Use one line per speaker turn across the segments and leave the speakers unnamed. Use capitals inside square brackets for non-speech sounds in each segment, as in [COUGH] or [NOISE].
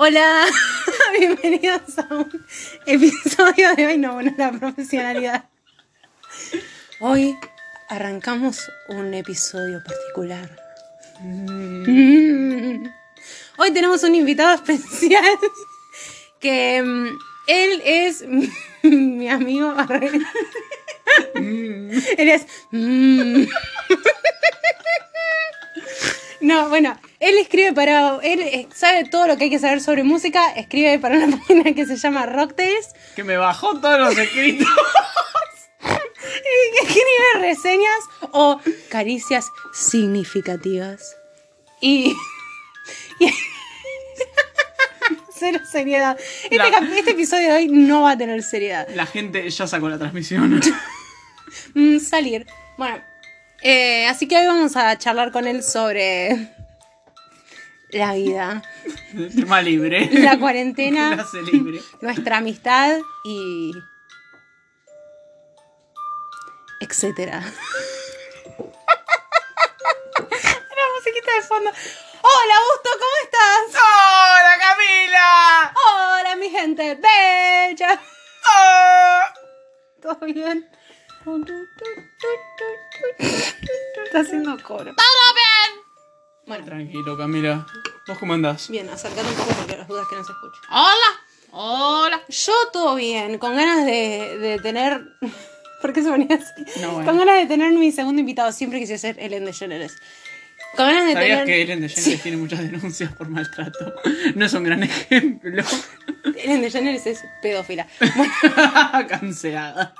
Hola, [LAUGHS] bienvenidos a un episodio de hoy, no, bueno, la profesionalidad. Hoy arrancamos un episodio particular. Mm. Hoy tenemos un invitado especial que mm, él es [LAUGHS] mi- mi amigo. Él es... mm. No, bueno, él escribe para. Él eh, sabe todo lo que hay que saber sobre música. Escribe para una [LAUGHS] página que se llama Rocktails.
Que me bajó todos los escritos. [LAUGHS]
y Escribe reseñas o caricias significativas. Y. [LAUGHS] y- [LAUGHS] Cero seriedad. Este,
La-
cap- este episodio de hoy no va a tener seriedad.
La gente ya sacó la transmisión. [LAUGHS]
Mm, salir. Bueno, eh, así que hoy vamos a charlar con él sobre. La vida,
Tema libre.
la
[LAUGHS]
cuarentena.
Clase libre.
nuestra amistad y etcétera. Una musiquita de fondo. Hola, Augusto, ¿cómo estás?
¡Hola, Camila!
Hola, mi gente bella.
¡Oh!
¿Todo bien? Está haciendo coro. Bueno,
Tranquilo, Camila. ¿Vos cómo andás?
bien, acercate un poco porque las dudas que no se escuchan.
¡Hola! ¡Hola!
Yo todo bien, con ganas de, de tener. [LAUGHS] ¿Por qué se ponía así?
No, bueno.
Con ganas de tener mi segundo invitado. Siempre quise ser Ellen DeGeneres. Con ganas de
¿Sabías
tener.
que Ellen DeGeneres tiene muchas denuncias por maltrato? No es un gran ejemplo.
Ellen DeGeneres es pedófila. [LAUGHS]
Cancelada.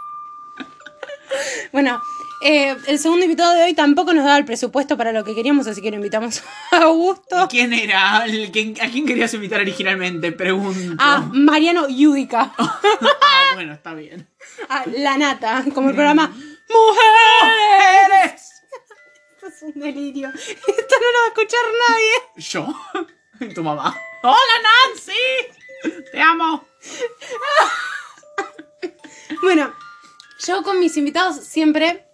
Bueno, eh, el segundo invitado de hoy tampoco nos daba el presupuesto para lo que queríamos, así que lo invitamos [LAUGHS] a Augusto.
¿Quién era? ¿El que- ¿A quién querías invitar originalmente? Pregunto.
A Mariano Yudica.
[LAUGHS] Ah, bueno, está bien.
A La Nata, como el programa Mujeres. Esto es un delirio. [LAUGHS] Esto no lo va a escuchar nadie.
Yo. [LAUGHS] Y tu mamá. ¡Hola, Nancy! ¡Te amo!
Bueno, yo con mis invitados siempre,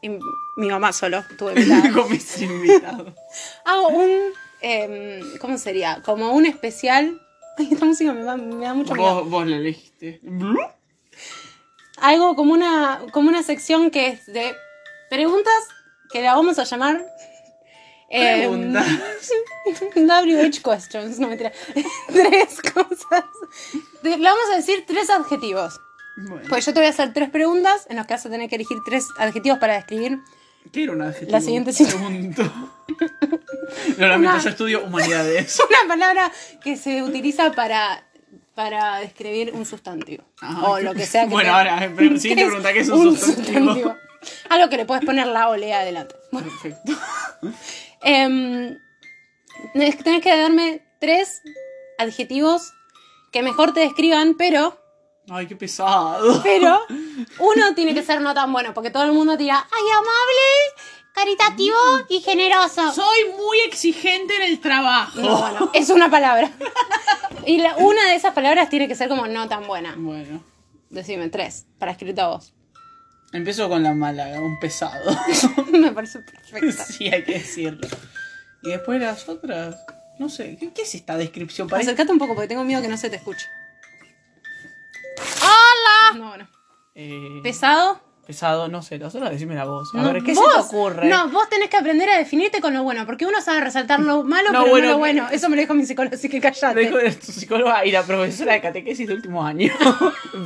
y mi mamá solo tuve invitada,
[LAUGHS] Con mis invitados.
hago un, em, ¿cómo sería? Como un especial. Ay, esta música me, va- me da mucho miedo.
Vos, vos la elegiste.
Algo como una, como una sección que es de preguntas que la vamos a llamar. em, [LAUGHS]
Preguntas.
WH questions, no mentira. [LAUGHS] tres cosas. Te- Le vamos a decir tres adjetivos.
Bueno,
Pues yo te voy a hacer tres preguntas en las que vas a tener que elegir tres adjetivos para describir
¿qué era un adjetivo?
La siguiente sí. [LAUGHS]
Pregunto. Lo lamento,
Una-
yo
[LAUGHS]
estudio humanidades.
una palabra que se utiliza para, para describir un sustantivo.
Ah,
o lo que sea que
bueno,
sea.
ahora, eh,
[LAUGHS]
pero siguiente
¿Qué
pregunta, ¿qué es un sustantivo?
Algo que le puedes poner la olea adelante. Bueno,
Perfecto.
em, tenés que- tenés que darme tres adjetivos que mejor te describan, pero.
Ay, qué pesado.
Pero uno tiene que ser no tan bueno, porque todo el mundo te dirá, ay, amable, caritativo y generoso.
Soy muy exigente en el
No,
trabajo.
bueno, es una palabra. [LAUGHS] Y la- una de esas palabras tiene que ser como no tan buena.
Bueno,
Decime, tres, para escrito a vos. [LAUGHS]
empiezo con la mala, un pesado. [LAUGHS]
Me parece perfecto.
sí, hay que decirlo. Y después las otras, no sé, ¿qué, qué es esta descripción? Parece...
Acercate un poco porque tengo miedo que no se te escuche. ¡Hola! No, bueno.
Eh,
¿Pesado?
pesado, no sé, las otras decime la voz. A
No,
ver, ¿qué se
vos-
te ocurre?
No, vos tenés que aprender a definirte con lo bueno, porque uno sabe resaltar lo malo,
No,
pero
bueno,
no lo
que-
bueno. Eso me lo dijo mi psicólogo, así que
Lo [LAUGHS] dijo
callate.
tu psicóloga y la profesora de catequesis de último año,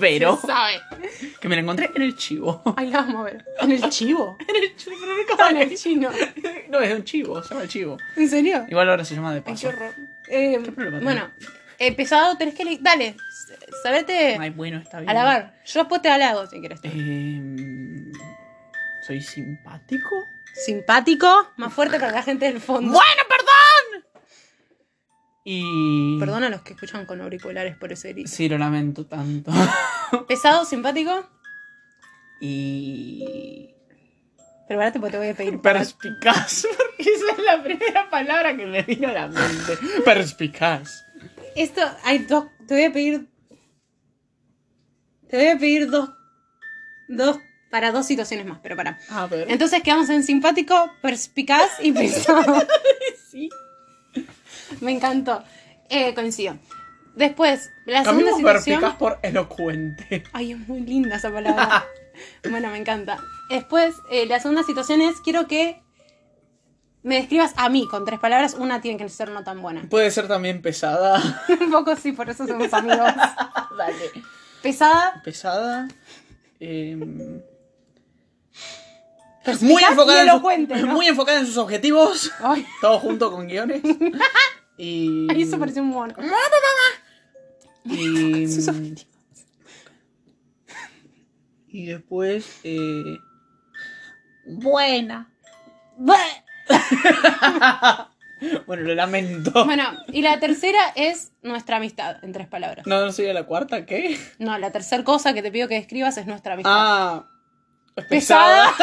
Vero,
[LAUGHS] Sabe.
que me la encontré en el chivo.
Ay, la vamos a ver. [LAUGHS] ¿En el [LAUGHS] chivo?
En el chivo, pero
En el chino.
No, es un chivo, se llama el chivo.
¿En serio?
Igual ahora se llama de
Ay,
paso.
qué horror. Eh,
problema
bueno, eh, pesado tenés que elegir. Dale, s- saberte
Ay, bueno, está bien.
alabar. Yo después te halago si quieres.
Em, ¿Soy simpático?
Simpático, más fuerte para la gente del fondo.
Y...
Perdón a los que escuchan con auriculares por ese grito.
Sí, lo lamento tanto. [LAUGHS]
Pesado, simpático.
Y...
Preparate porque te voy a pedir.
Perspicaz, [LAUGHS] porque esa es la primera palabra que me vino a la mente. Perspicaz.
Esto, hay dos. Te voy a pedir. Te voy a pedir dos. Dos. Para dos situaciones más, pero para.
A ver.
Entonces quedamos en simpático, perspicaz y pesado.
[LAUGHS] sí.
Me encantó. Eh, coincido. Después, la segunda
Cambiamos
situación.
perspicaz por elocuente.
Ay, es muy linda esa
[LAUGHS]
palabra. bueno, me encanta. Después, eh, la segunda situación es: quiero que me describas a mí con tres palabras. Una tiene que ser no tan buena. [LAUGHS]
Puede ser también pesada. [LAUGHS]
Un poco sí, por eso somos amigos.
Dale.
Pesada.
Pesada. em,
perspicaz
muy, enfocada
y
en sus-
elocuente, ¿no?
muy enfocada en sus objetivos.
Ay,
Todo junto
[LAUGHS]
con guiones. Y.
ay, eso pareció un mono. [LAUGHS]
Mm. y,
Sus objetivos.
y después. eh, Buena. Bueno, lo lamento.
Bueno, y la tercera es nuestra amistad, en tres palabras.
No, no sería la cuarta, ¿qué?
No, la tercera cosa que te pido que describas es nuestra amistad.
Ah.
Pesada.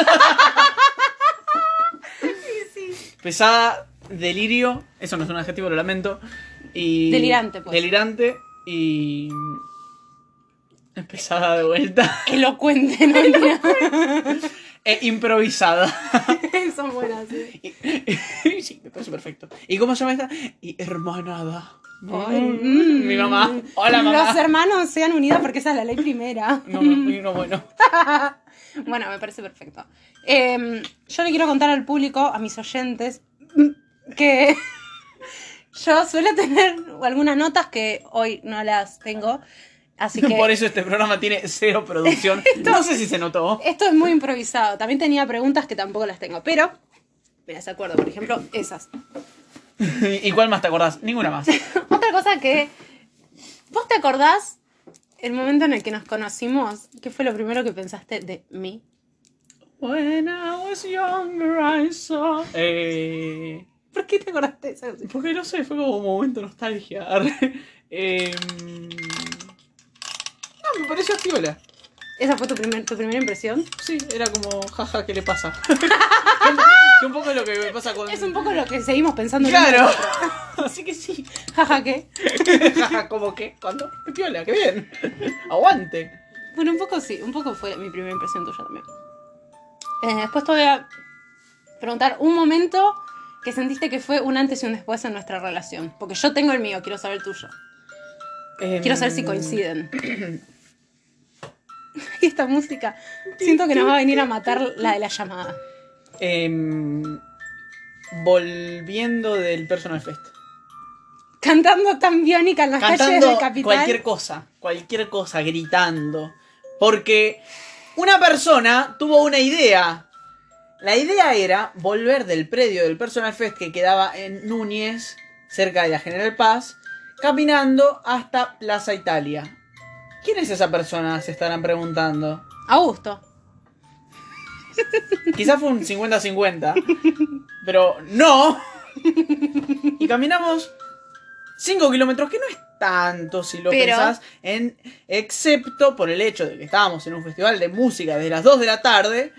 Pesada, delirio. Eso no es un adjetivo, lo lamento. Y.
Delirante, pues.
Delirante y. es Pesada de vuelta.
Elocuente, no
[LAUGHS]
mentira. [LAUGHS]
E improvisada.
Son buenas. sí.
sí, me parece perfecto. ¿Y cómo se llama esta? Y hermanada.
Ay,
Mm, Mi mamá. Hola,
Los
mamá.
hermanos sean unidos porque esa es la ley primera.
No, no, no, bueno.
Bueno, me parece perfecto. Em, yo le quiero contar al público, a mis oyentes, que [LAUGHS] yo suelo tener algunas notas que hoy no las tengo. Así que
Por eso este programa tiene cero
[LAUGHS]
producción. No sé si se notó.
esto es muy improvisado. También tenía preguntas que tampoco las tengo, pero me las acuerdo. Por ejemplo, esas. [LAUGHS]
¿Y cuál más te acordás? Ninguna más.
Otra cosa que. ¿Vos te acordás el momento en el que nos conocimos? ¿Qué fue lo primero que pensaste de mí? [LAUGHS]
When I was younger, I saw. Eh,
¿Por qué te acordaste de eso?
porque no sé, fue como un momento de nostalgia. [LAUGHS] eh, no, me pareció piola.
¿Esa fue tu, primer- tu primera impresión?
Sí, era como, jaja, ¿qué le pasa? [LAUGHS] que un poco es lo que me pasa con.
Es un poco lo que seguimos pensando.
[LAUGHS] Claro. Así que [LAUGHS] sí.
Jaja, ¿qué?
Jaja, como que, ¿cuándo? Qué piola, qué bien. Aguante.
Bueno, un poco sí, un poco fue mi primera impresión tuya también. Eh, después te voy a preguntar un momento que sentiste que fue un antes y un después en nuestra relación. Porque yo tengo el mío, quiero saber el tuyo.
Em,
Quiero saber
Mm.
si coinciden. y esta música, siento que nos va a venir a matar la de la llamada.
Em, volviendo del Personal Fest.
Cantando tan biónica en las calles
cantando
de capital.
cualquier cosa, cualquier cosa, gritando. Porque una persona tuvo una idea. La idea era volver del predio del Personal Fest que quedaba en Núñez, cerca de la General Paz, caminando hasta Plaza Italia. ¿Quién es esa persona? Se estarán preguntando.
Augusto.
Quizás fue un 50-50, pero no. Y caminamos 5 kilómetros, que no es tanto si lo
Pero-
pensás, en, excepto por el hecho de que estábamos en un festival de música desde las 2 de la tarde,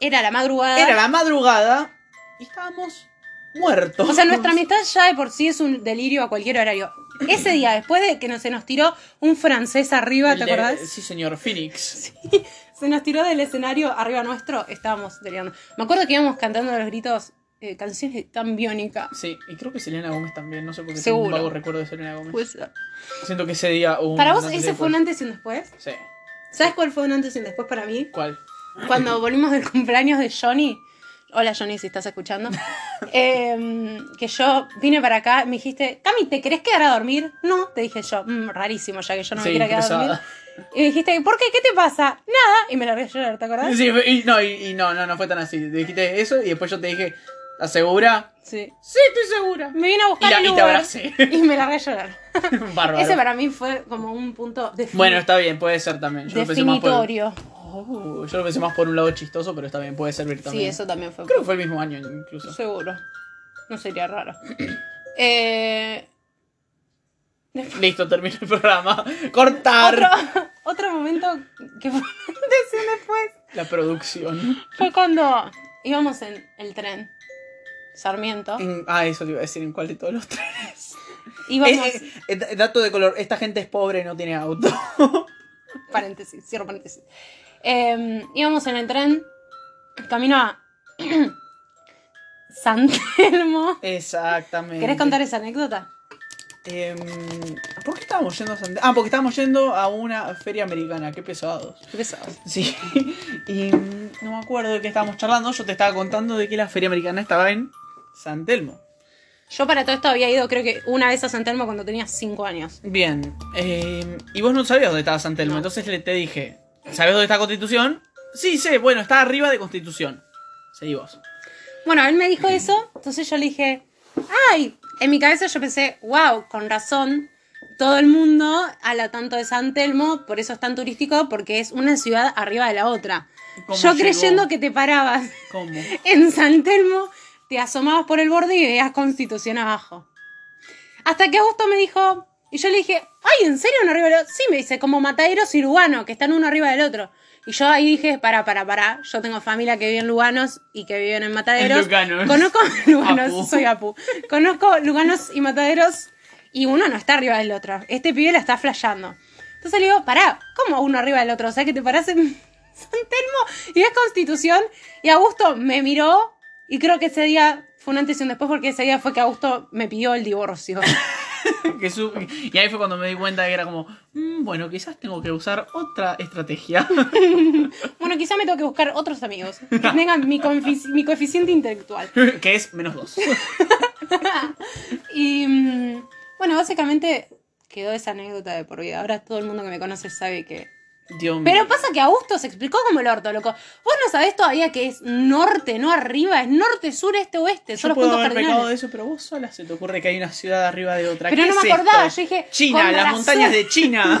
Era la madrugada.
era la madrugada y estábamos muertos.
O sea,
[LAUGHS]
nuestra amistad ya de por sí es un delirio a cualquier horario. Ese día, después de que nos- se nos tiró un francés arriba, ¿te
Le-
acordás?
Sí, señor, Phoenix.
Se nos tiró del escenario arriba nuestro, estábamos delirando. Me acuerdo que íbamos cantando a los gritos eh, canciones tan biónicas.
Sí, y creo que Selena Gómez también, no sé por qué tengo
Seguro. Pues,
un vago recuerdo de Selena Gómez. Siento que ese día hubo un
para vos,
antes y
ese fue un
después.
antes y un después.
Sí,
¿Sabes cuál fue un antes y un después para mí?
¿cuál?
Cuando volvimos del cumpleaños de Johnny. Hola Johnny, si estás
[LAUGHS]
escuchando. Eh, que yo vine para acá, me dijiste, Cami, ¿te querés quedar a dormir? No, te dije yo, "Mm, rarísimo, ya que yo no me
sí,
quiero quedar a dormir.
pesada.
Y me dijiste, ¿por qué? ¿Qué te pasa? Nada. Y me largué a llorar, ¿te acordás?
Sí, fue- y no, y, y no, no, no fue tan así. Dijiste eso y después yo te dije, ¿estás segura?
Sí.
Sí,
[LAUGHS]
estoy segura.
Me vine a
Y,
buscar
la-
el
y te
Uber
abracé.
y me largué a llorar.
Bárbaro.
Ese para mí fue como un punto defini-
Bueno, está bien, puede ser también. Yo lo pensé más por...
definitorio.
Oh, yo lo pensé más por un lado chistoso, pero está bien, puede servir también.
Sí, eso también fue.
Creo que fue el mismo año incluso.
Seguro. No sería
[CLEARS THROAT]
raro. Eh,
Listo, termina el programa. [LAUGHS] Cortar
otro, [LAUGHS] otro momento que fue [LAUGHS] antes y después
la producción.
fue cuando íbamos en el tren. Sarmiento.
En- ah, eso te iba a decir en cuál de todos los tres.
Íbamos,
Eh, eh, eh, d- dato de color, esta gente es pobre y no tiene auto. [LAUGHS]
paréntesis, cierro paréntesis. Eh, íbamos en el tren, camino a [CLEARS THROAT] San Telmo.
Exactamente.
¿Querés contar esa anécdota?
Em, ¿Por qué estábamos yendo a Santiago? Ah, porque estábamos yendo a una feria americana, qué pesados.
Qué pesado.
Sí, [LAUGHS] y mm, no me acuerdo de qué estábamos charlando, yo te estaba contando de que la feria americana estaba en San Telmo.
Yo para todo esto había ido creo que una vez a San Telmo cuando tenía 5 años.
Bien, em, y vos no sabías dónde estaba San Telmo,
No.
entonces le- te dije, ¿sabés dónde está Constitución? Sí, sé, bueno, está arriba de Constitución. Seguí vos.
Bueno, él me dijo eso, entonces yo le dije, ay, en mi cabeza yo pensé, wow, con razón, todo el mundo habla tanto de San Telmo, por eso es tan turístico, porque es una ciudad arriba de la otra.
¿Cómo
Yo
llegó?
creyendo que te parabas [LAUGHS]
¿Cómo?
en San Telmo, te asomabas por el borde y veías Constitución abajo. Hasta que Augusto me dijo, y yo le dije, ay, ¿en serio uno arriba del otro? Sí, me dice, como mataderos y Lugano, que están uno arriba del otro. Y yo ahí dije, para, para, para, yo tengo familia que vive en Luganos y que viven en Mataderos.
En Luganos.
Conozco [LAUGHS] Luganos,
Apu.
soy Apu. Conozco Luganos y Mataderos y uno no está arriba del otro. Este pibe la está flasheando. Entonces le digo, pará, ¿cómo uno arriba del otro? O sea que te parás en [LAUGHS] San Telmo y ves Constitución. Y Augusto me miró y creo que ese día fue un antes y un después porque ese día fue que Augusto me pidió el divorcio.
Que su- Y ahí fue cuando me di cuenta que era como, "Mm, bueno, quizás tengo que usar otra estrategia. [LAUGHS]
Bueno, quizá me tengo que buscar otros amigos que tengan mi, confi- mi coeficiente intelectual. [LAUGHS]
que es menos dos.
Y mm, bueno, básicamente quedó esa anécdota de por vida. Ahora todo el mundo que me conoce sabe que.
Dios mío.
Pero pasa que Augusto se explicó como el orto, loco. Vos no sabés todavía que es norte, no arriba, es norte, sur, este, oeste.
Yo
Son los
puedo
puntos
haber pecado de
cardinales.
eso, pero vos sola se te ocurre que hay una ciudad arriba de otra.
Pero
¿Qué
no me
es
acordaba,
esto?
yo dije,
China,
con
las
razón.
montañas
[LAUGHS]
de China.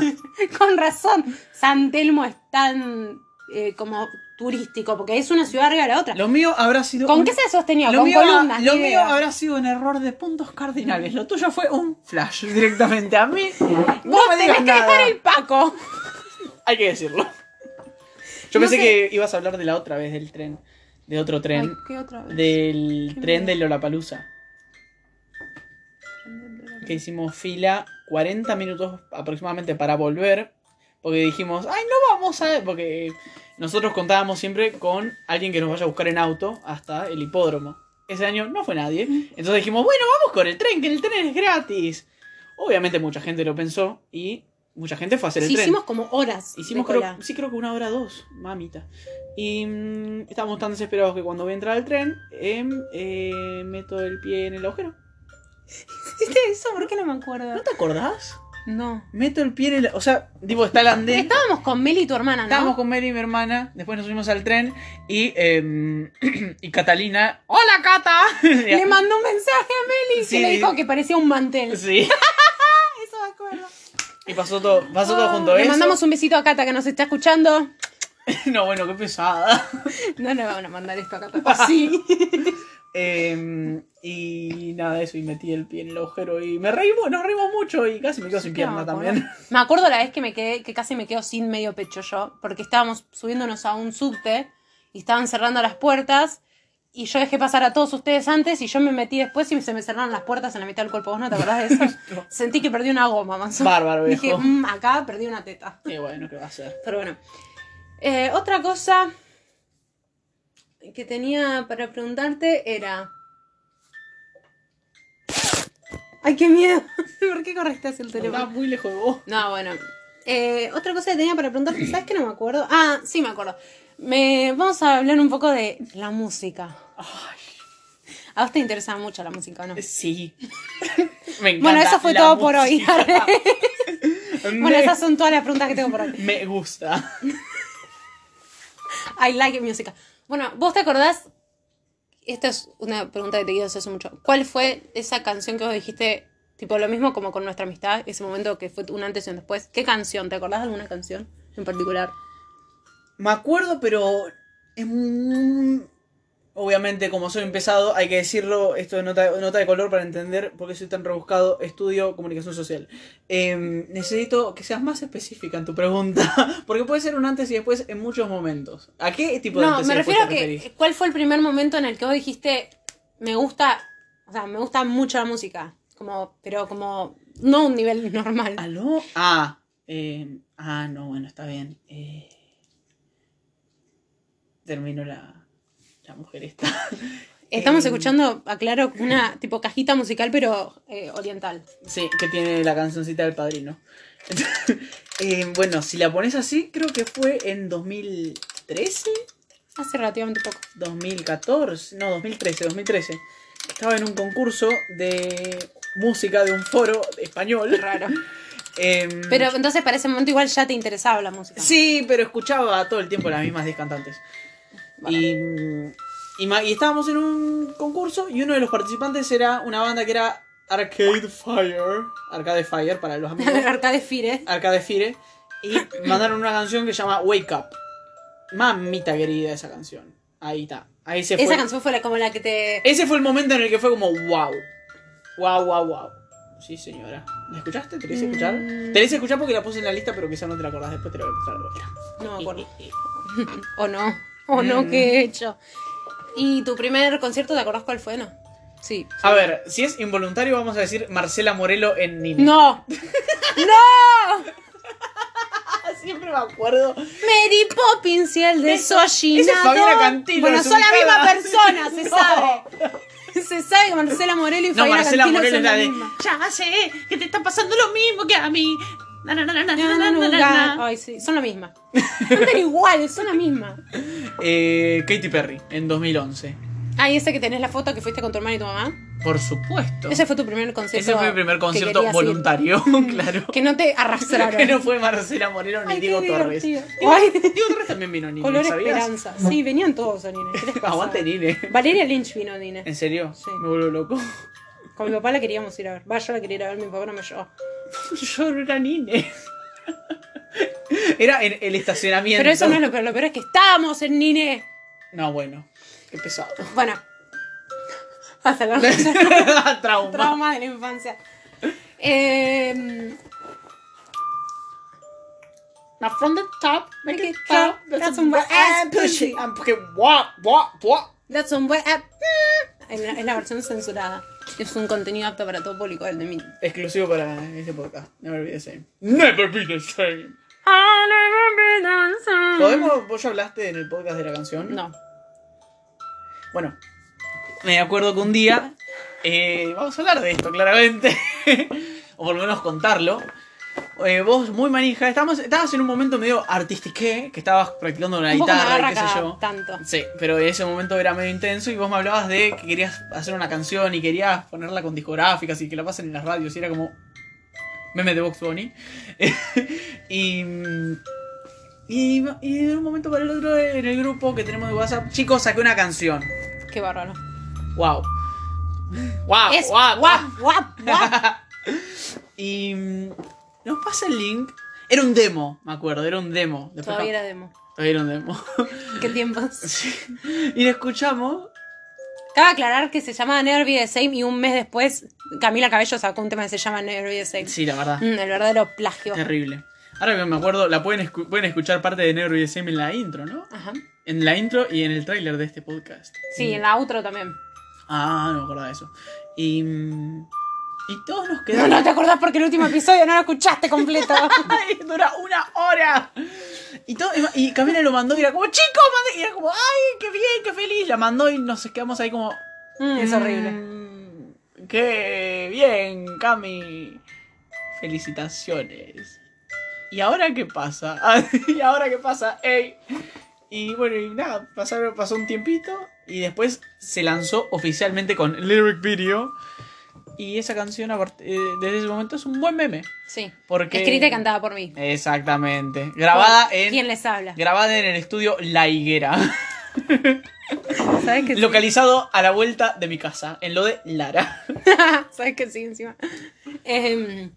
Con razón, San Telmo es tan eh, como turístico, porque es una ciudad arriba de la otra.
Lo mío habrá sido.
¿Con
un-
qué se sostenía?
Lo,
Con
mío,
columnas.
lo
ni
mío
idea.
habrá sido un error de puntos cardinales. Lo tuyo fue un flash directamente a mí. No
Vos
me
tenés
digas
que
nada.
dejar el Paco.
Hay que decirlo.
No
Yo
sé.
pensé que ibas a hablar de la otra vez del tren. De otro
Ay,
tren.
¿Qué otra vez?
del
Qué
tren
miedo.
de Lollapalooza. Que hicimos fila 40 minutos aproximadamente para volver. Porque dijimos, ay, no vamos a... Porque nosotros contábamos siempre con alguien que nos vaya a buscar en auto hasta el hipódromo. Ese año no fue nadie. Entonces dijimos, bueno, vamos con el tren, que el tren es gratis. Obviamente mucha gente lo pensó y mucha gente fue a hacer el
Sí,
tren.
hicimos como horas. de
Hicimos,
cola.
creo, sí, creo que una hora dos, mamita. Y mm, estábamos tan desesperados que cuando voy a entrar al tren, em, eh, meto el pie en el agujero. [LAUGHS]
¿Hiciste eso? ¿Por qué no me acuerdo?
¿No te acordás?
No.
Meto el pie en el... O sea, tipo, está el andén.
Estábamos con Meli y tu hermana, ¿no?
Estábamos con Mary y mi hermana, después nos subimos al tren y, em, [CLEARS THROAT] y Catalina... ¡Hola, Cata! [LAUGHS]
Le mandó un mensaje a Meli
Sí.
que le dijo que parecía un mantel.
Sí,
Eso me acuerdo.
y pasó todo, pasó todo
Ah,
junto.
Le
Eso-
mandamos un besito a Cata que nos está escuchando.
[LAUGHS] No, bueno, qué pesada.
No le van a mandar esto a Cata.
[LAUGHS]
Ah, sí.
Em, y nada, eso, y metí el pie en el agujero y me reímos, nos reímos mucho y casi me quedo sin pierna
No,
también.
Me acuerdo la vez que me quedé, que casi me quedo sin medio pecho yo, porque estábamos subiéndonos a un subte y estaban cerrando las puertas. Y yo dejé pasar a todos ustedes antes y yo me metí después y se me cerraron las puertas en la mitad del cuerpo. ¿Vos no te acordás de
[LAUGHS]
eso?
No.
Sentí que perdí una goma, más o menos.
[LAUGHS] Bárbaro, viejo.
Dije, "Mm, acá perdí una teta.
Y bueno, ¿qué va a ser?
Pero bueno. Eh, otra cosa que tenía para preguntarte era. ¡Ay, qué miedo! [LAUGHS] ¿Por qué corriste hacia el
Está
teléfono?
muy lejos de vos.
No, bueno. Eh, otra cosa que tenía para preguntarte, ¿sabes que no me acuerdo? Ah, sí me acuerdo. Me... Vamos a hablar un poco de la música. A vos te interesa mucho la música, ¿no?
Eh, [LAUGHS] sí. me encanta.
Bueno, eso fue
la
todo por hoy.
[LAUGHS] música.
[LAUGHS]
me,
bueno, esas son todas las preguntas que tengo por hoy.
me gusta.
I like music. Bueno, ¿vos te acordás? Esta es una pregunta que te quiero hacer hace mucho. ¿Cuál fue esa canción que vos dijiste, tipo lo mismo como con nuestra amistad, ese momento que fue un antes y un después? ¿Qué canción? ¿Te acordás de alguna canción en particular?
Me acuerdo, pero. es muy- Obviamente, como soy empezado, hay que decirlo, esto de nota, nota de color para entender por qué soy tan rebuscado, estudio comunicación social. Eh, necesito que seas más específica en tu pregunta, [LAUGHS] porque puede ser un antes y después en muchos momentos. ¿A qué tipo de
No,
antes y
me
después
refiero a
te referís?
que ¿cuál fue el primer momento en el que vos dijiste, me gusta, o sea, me gusta mucho la música? Como, pero como, no un nivel normal.
¿Aló? Ah, eh, ah, no, bueno, está bien. Eh, terminó la, la mujer esta. [LAUGHS]
Estamos
Eh,
escuchando, aclaro, una tipo cajita musical, pero eh, oriental.
Sí, que tiene la cancioncita del padrino. [LAUGHS] Eh, bueno, si la pones así, creo que fue en 2013,
Hace relativamente poco.
2014, no, 2013, 2013. Estaba en un concurso de música de un foro español.
Raro.
Em,
Pero entonces para ese momento igual ya te interesaba la música. [LAUGHS]
Sí, pero escuchaba todo el tiempo las mismas 10 cantantes.
Bueno.
Y, y ma- y estábamos en un concurso y uno de los participantes era una banda que era Arcade Fire. Arcade Fire para los amigos.
[LAUGHS] Arcade Fire.
Arcade Fire. Y mandaron una canción que se llama Wake Up. Mamita querida esa canción. Ahí está. Ahí se
Esa
fue. Eh,
canción fue la, como la que te...
Ese fue el momento en el que fue como wow. Wow, wow, wow. Sí, señora. ¿La escuchaste? ¿Te la hice escuchar?
Mm.
Te la hice escuchar porque la puse en la lista, pero quizá no te la acordás. Después te la voy a mostrar de vuelta.
No me acuerdo.
Y- y- y-
O no. O no,
Mm.
que he hecho. ¿Y tu primer concierto te acordás cuál fue? No. Sí.
A ver, si es involuntario, vamos a decir Marcela Morelo en Nini.
¡No! ¡No!
[LAUGHS] Siempre me acuerdo.
Mary Poppins y el
Eso- esa es
desollinado.
Fabiola Cantilo,
Bueno, son la misma
desubicada.
persona, se
[LAUGHS] No.
sabe. Se sabe que Marcela Morello y
No,
Fabiola
Marcela
Cantilo son
Morelo es
la
la de.
misma.
Ya sé que te está pasando lo mismo que a mí. Na, na, na, na, na,
No,
na,
no,
na, na,
nunca.
na.
Ay, sí, son la
[LAUGHS]
misma. Son iguales, son la misma.
Eh, Katy Perry en 2011.
Ah, y ese que tenés la foto que fuiste con tu hermana y tu mamá.
Por supuesto.
Ese fue tu primer concierto.
Ese fue mi primer
que
concierto
querías ir. [LAUGHS]
voluntario, [LAUGHS] claro.
Que no te arrastraron.
[LAUGHS] Que no fue Marcela Moreno ni
¿eh? Ay, qué
Diego Torres. Diego,
divertido. Ay.
Diego Torres también vino a Nine,
Color
¿sabías?
Esperanza. Sí, venían todos a Nine. ¿Qué les pasa?
Aguante Nine.
Valeria Lynch vino a Nine.
¿En serio?
Sí.
Me vuelvo loco.
Con mi papá la queríamos ir a ver. Va, yo la quería ir a ver, mi papá no me llevó.
Yo no era Nine. Era en el estacionamiento.
Pero eso no es lo peor, lo peor es que estábamos en Nine.
No, bueno. Qué
[LAUGHS]
pesado.
Bueno. Hasta la
[LAUGHS] Trauma.
trauma de la infancia. Eh,
Now from the top,
Make it pop, that's some wet ass pussy.
I'm fucking wah, wah, wah.
that's some way up. Es Ah. la, es la versión censurada. Es un contenido apto para todo público, el de mí.
Exclusivo para este podcast. Never be the same. Never be the same. ¿Podemos? ¿Vos ya hablaste en el podcast de la canción?
Mm. No.
Bueno, me acuerdo que un día. eh, vamos a hablar de esto, claramente. [LAUGHS] o por lo menos contarlo. Eh, vos, muy manija, estabas, estabas en un momento medio artístique, que estabas practicando una
Un poco me
guitarra
agarra
y qué sé
cada
yo.
Tanto.
Sí, pero ese momento era medio intenso y vos me hablabas de que querías hacer una canción y querías ponerla con discográficas y que la pasen en las radios y era como meme de Box Bunny. [LAUGHS] y, y, y de un momento para el otro en el grupo que tenemos de WhatsApp, chicos, saqué una canción.
Qué bárbaro.
Wow. Wow,
Es
wow, wow.
guap, guap,
[LAUGHS]
guap.
Y mm, nos pasa el link. Era un demo, me acuerdo, era un demo. Después-
Todavía era demo.
todavía era un demo. [LAUGHS]
¿Qué tiempos?
Sí. Y la escuchamos
Cabe aclarar que se llamaba Never Be the Same y un mes después Camila Cabello sacó un tema que se llama Never Be the Same.
Sí, la verdad.
Mm, el verdadero plagio.
Terrible. Ahora que me acuerdo, la pueden, escu- pueden escuchar parte de Negro y de Semi en la intro, ¿no?
Ajá.
En la intro y en el tráiler de este podcast.
Sí, en la outro también.
Ah, no me acordaba de eso. Y. mm, Y todos nos
No,
quedamos.
no te acordás porque el último episodio no lo escuchaste
[LAUGHS]
completo.
¡Ay! Dura una hora. Y, todo, y Camila lo mandó y era como, chicos, mandé. Y era como, ¡ay, qué bien, qué feliz! La mandó y nos quedamos ahí como.
Mm, es horrible.
"Mm, ¡Qué bien, Cami! Felicitaciones. ¿Y ahora qué pasa? [LAUGHS] ¿Y ahora qué pasa? ¡Ey! Y bueno, y nada, pasaron, pasó un tiempito y después se lanzó oficialmente con Lyric Video. Y esa canción, a part- eh, desde ese momento, es un buen meme.
Sí.
Porque...
Escrita y cantada por mí.
Exactamente. Grabada
Por- ¿Quién
en,
les habla?
grabada en el estudio La Higuera.
¿Sabes que [LAUGHS] sí?
Localizado a la vuelta de mi casa, en lo de Lara.
[LAUGHS] ¿Sabes que sí encima? Em,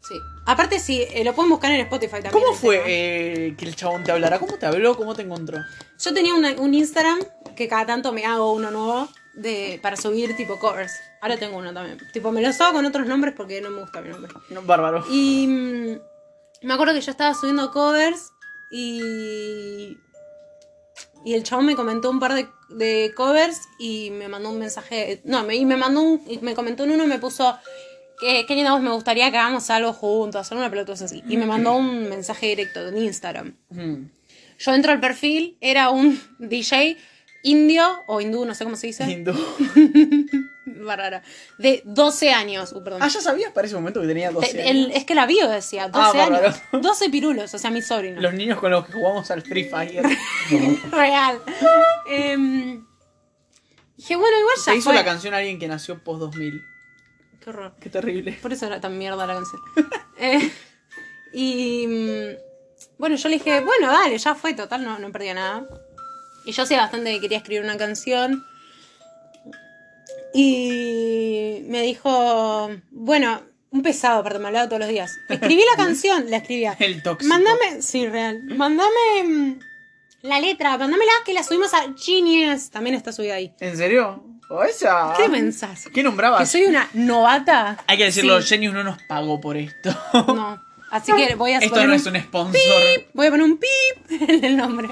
sí. Aparte sí, eh, lo pueden buscar en Spotify también.
¿Cómo
el
fue
tema.
eh, que el chabón te hablara? ¿Cómo te habló? ¿Cómo te encontró?
Yo tenía una- un Instagram que cada tanto me hago uno nuevo de, para subir tipo covers. Ahora tengo uno también. Tipo, me los hago con otros nombres porque no me gusta mi nombre.
No, bárbaro.
Y mm, me acuerdo que yo estaba subiendo covers y. Y el chabón me comentó un par de, de covers y me mandó un mensaje. No, me, y me mandó un. y me comentó en uno y me puso. "Qué- Qué linda voz, me gustaría que hagamos algo juntos, hacer una pelota así. Y me mandó un
[LAUGHS]
mensaje directo en Instagram.
Mm.
[LAUGHS] Yo entro al perfil, era un DJ indio o hindú, no sé cómo se dice.
Hindú.
Barrara. De 12 años. Uh, perdón.
Ah, ¿ya sabías para ese momento que tenía 12
Te- Eh, el-
años? Ah,
es que la bio decía, 12
bárbaro.
años. 12 pirulos, o sea, mi sobrino.
Los niños con los que jugamos al Free
[LAUGHS]
Fire.
Real. Em, dije, bueno, igual ya.
Se hizo
fue.
la canción a alguien que nació post 2000.
Qué horror.
Qué terrible. [LAUGHS]
Por eso era tan mierda la canción. [LAUGHS] Eh, y mm, bueno, yo le dije, bueno, dale, ya fue, total, no, no perdía nada. Y yo hacía bastante que quería escribir una canción. Y me dijo, bueno, un pesado, aparte me hablaba todos los días. Escribí
[LAUGHS]
la canción, la escribía.
El tóxico.
Mándame, sí, real. Mándame mm, la letra, mándamela que la subimos a Genius. También está subida ahí.
¿En serio? ¿O esa?
¿Qué pensás?
Ah. ¿Qué
¿Que
nombrabas?
soy una novata?
Hay que decirlo,
Sí.
Genius no nos pagó
[LAUGHS]
por esto.
No. Así que voy a
Esto
poner
no
un
es un sponsor.
Voy a poner un pip [LAUGHS] en el nombre.